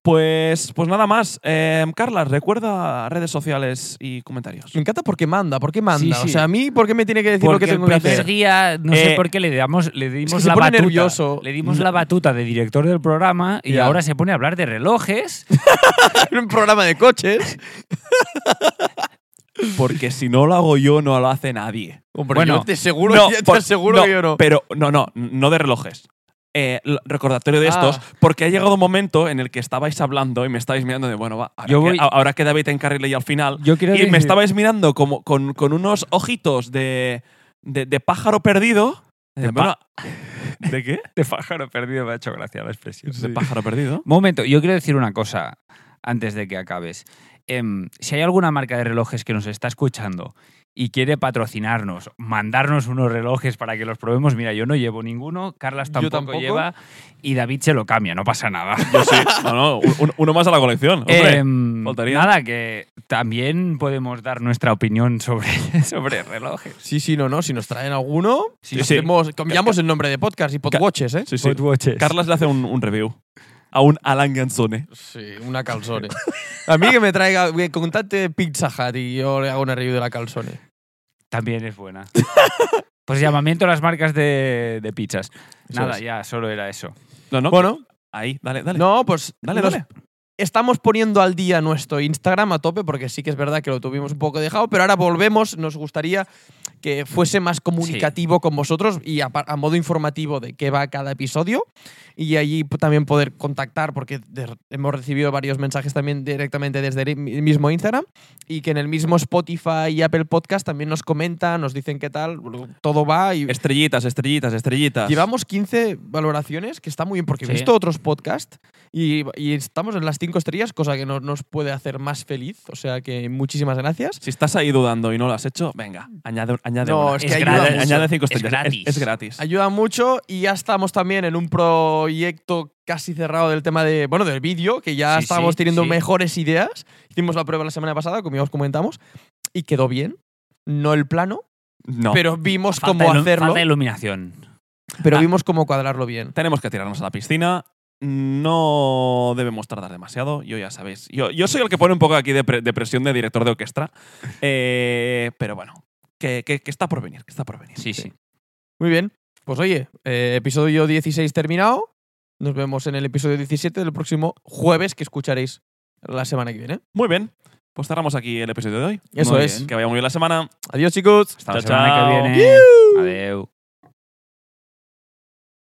Speaker 1: pues, pues nada más. Em, Carlas, recuerda redes sociales y comentarios.
Speaker 2: Me encanta porque manda, porque manda.
Speaker 3: Sí,
Speaker 2: O
Speaker 3: sí.
Speaker 2: sea, a mí, ¿por qué me tiene que decir
Speaker 3: Porque
Speaker 2: lo que tengo
Speaker 3: el
Speaker 2: que
Speaker 3: primer
Speaker 2: hacer?
Speaker 3: día, no
Speaker 1: Eh,
Speaker 3: sé por qué le damos, le dimos
Speaker 2: se
Speaker 3: la
Speaker 2: pone
Speaker 3: batuta.
Speaker 2: nervioso.
Speaker 3: Le dimos la batuta de director del programa y
Speaker 2: Ya.
Speaker 3: ahora se pone a hablar de relojes.
Speaker 2: En un programa de coches.
Speaker 1: Porque si no lo hago yo, no lo hace nadie.
Speaker 2: Hombre,
Speaker 3: Bueno,
Speaker 2: yo te seguro,
Speaker 1: No,
Speaker 2: te
Speaker 1: por-
Speaker 2: aseguro que yo no.
Speaker 1: Pero no, no, no de relojes. Eh, l- recordatorio de
Speaker 2: Ah.
Speaker 1: estos, porque ha llegado un momento en el que estabais hablando y me estabais mirando de, bueno, va, ahora,
Speaker 3: Yo
Speaker 1: que,
Speaker 3: voy-
Speaker 1: a- ahora que David encarrile y al final.
Speaker 3: Yo quiero
Speaker 1: Y me estabais mirando como, con, con unos ojitos de, de, de pájaro perdido.
Speaker 3: De
Speaker 1: Eh, bueno, ¿De qué?
Speaker 3: de pájaro perdido, me ha hecho gracia la expresión.
Speaker 1: De pájaro perdido.
Speaker 3: Momento, yo quiero decir una cosa antes de que acabes. Em, si hay alguna marca de relojes que nos está escuchando y quiere patrocinarnos, mandarnos unos relojes para que los probemos, mira, yo no llevo ninguno, Carlas
Speaker 2: Yo
Speaker 3: tampoco,
Speaker 2: tampoco.
Speaker 3: lleva y David se lo cambia, no pasa nada.
Speaker 1: Yo sí. No, no, un- un- uno más a la colección. hombre.
Speaker 3: Em,
Speaker 1: faltaría.
Speaker 3: nada, que también podemos dar nuestra opinión sobre, sobre relojes.
Speaker 2: Sí, sí, no, no. Si nos traen alguno,
Speaker 1: Sí, sí.
Speaker 2: hacemos- cambiamos el nombre de podcast y podwatches, ¿eh?
Speaker 1: Sí, sí.
Speaker 3: Watches.
Speaker 1: Carlas le hace un, un review a un Alan Gansone.
Speaker 2: Sí, una calzone. A mí que me traiga, que contate Pizza Hut y yo le hago una review de la calzone.
Speaker 3: También es buena. pues llamamiento a las marcas de, de pizzas.
Speaker 2: Eso
Speaker 3: Nada,
Speaker 2: es.
Speaker 3: ya, solo era eso.
Speaker 1: No, no.
Speaker 2: Bueno,
Speaker 1: Ahí, dale, dale.
Speaker 2: no, pues
Speaker 1: dale,
Speaker 2: nos-
Speaker 1: dale.
Speaker 2: estamos poniendo al día nuestro Instagram a tope porque sí que es verdad que lo tuvimos un poco dejado, pero ahora volvemos. Nos gustaría que fuese más comunicativo con vosotros y a, pa- a modo informativo de qué va cada episodio. Y allí p- también poder contactar, porque de- hemos recibido varios mensajes también directamente desde el mi- mismo Instagram. Y que en el mismo Spotify y Apple Podcast también nos comentan, nos dicen qué tal, lo- todo va. Y
Speaker 1: Estrellitas, estrellitas, estrellitas.
Speaker 2: llevamos 15 valoraciones, que está muy bien, porque
Speaker 3: Sí.
Speaker 2: he visto otros podcasts y, y estamos en las 5 estrellas, cosa que no- nos puede hacer más feliz. O sea que muchísimas gracias.
Speaker 1: Si estás ahí dudando y no lo has hecho, venga, añade, añade
Speaker 2: No,
Speaker 1: una.
Speaker 2: es
Speaker 3: que
Speaker 1: Añade-
Speaker 3: ayuda mucho.
Speaker 1: añade cinco
Speaker 3: Es
Speaker 1: estrellas.
Speaker 3: gratis.
Speaker 1: Es, gratis.
Speaker 2: Ayuda mucho y ya estamos también en un proyecto casi cerrado del tema de, bueno, del vídeo, que ya
Speaker 3: Sí,
Speaker 2: estábamos
Speaker 3: sí,
Speaker 2: teniendo
Speaker 3: sí.
Speaker 2: mejores ideas. Hicimos la prueba la semana pasada, como ya os comentamos, y quedó bien. No el plano,
Speaker 1: No,
Speaker 2: pero vimos
Speaker 3: Falta
Speaker 2: cómo
Speaker 3: ilu-
Speaker 2: hacerlo,
Speaker 3: falta iluminación.
Speaker 2: pero
Speaker 1: Ah.
Speaker 2: vimos cómo cuadrarlo bien.
Speaker 1: tenemos que tirarnos a la piscina. No debemos tardar demasiado, yo ya sabéis. Yo, yo soy el que pone un poco aquí de, pre- de presión de director de orquesta, Eh, pero bueno, que, que- que está por venir, que está por venir.
Speaker 3: Sí, sí.
Speaker 2: Muy bien. Pues oye, eh, episodio 16 terminado. Nos vemos en el episodio 17 del próximo jueves que escucharéis la semana que viene.
Speaker 1: Muy bien, pues cerramos aquí el episodio de hoy.
Speaker 2: Eso
Speaker 3: Muy
Speaker 2: es.
Speaker 3: bien.
Speaker 1: Que vaya muy bien la semana.
Speaker 2: Adiós chicos.
Speaker 3: Hasta la
Speaker 1: Chao,
Speaker 3: semana
Speaker 1: chao.
Speaker 3: que viene.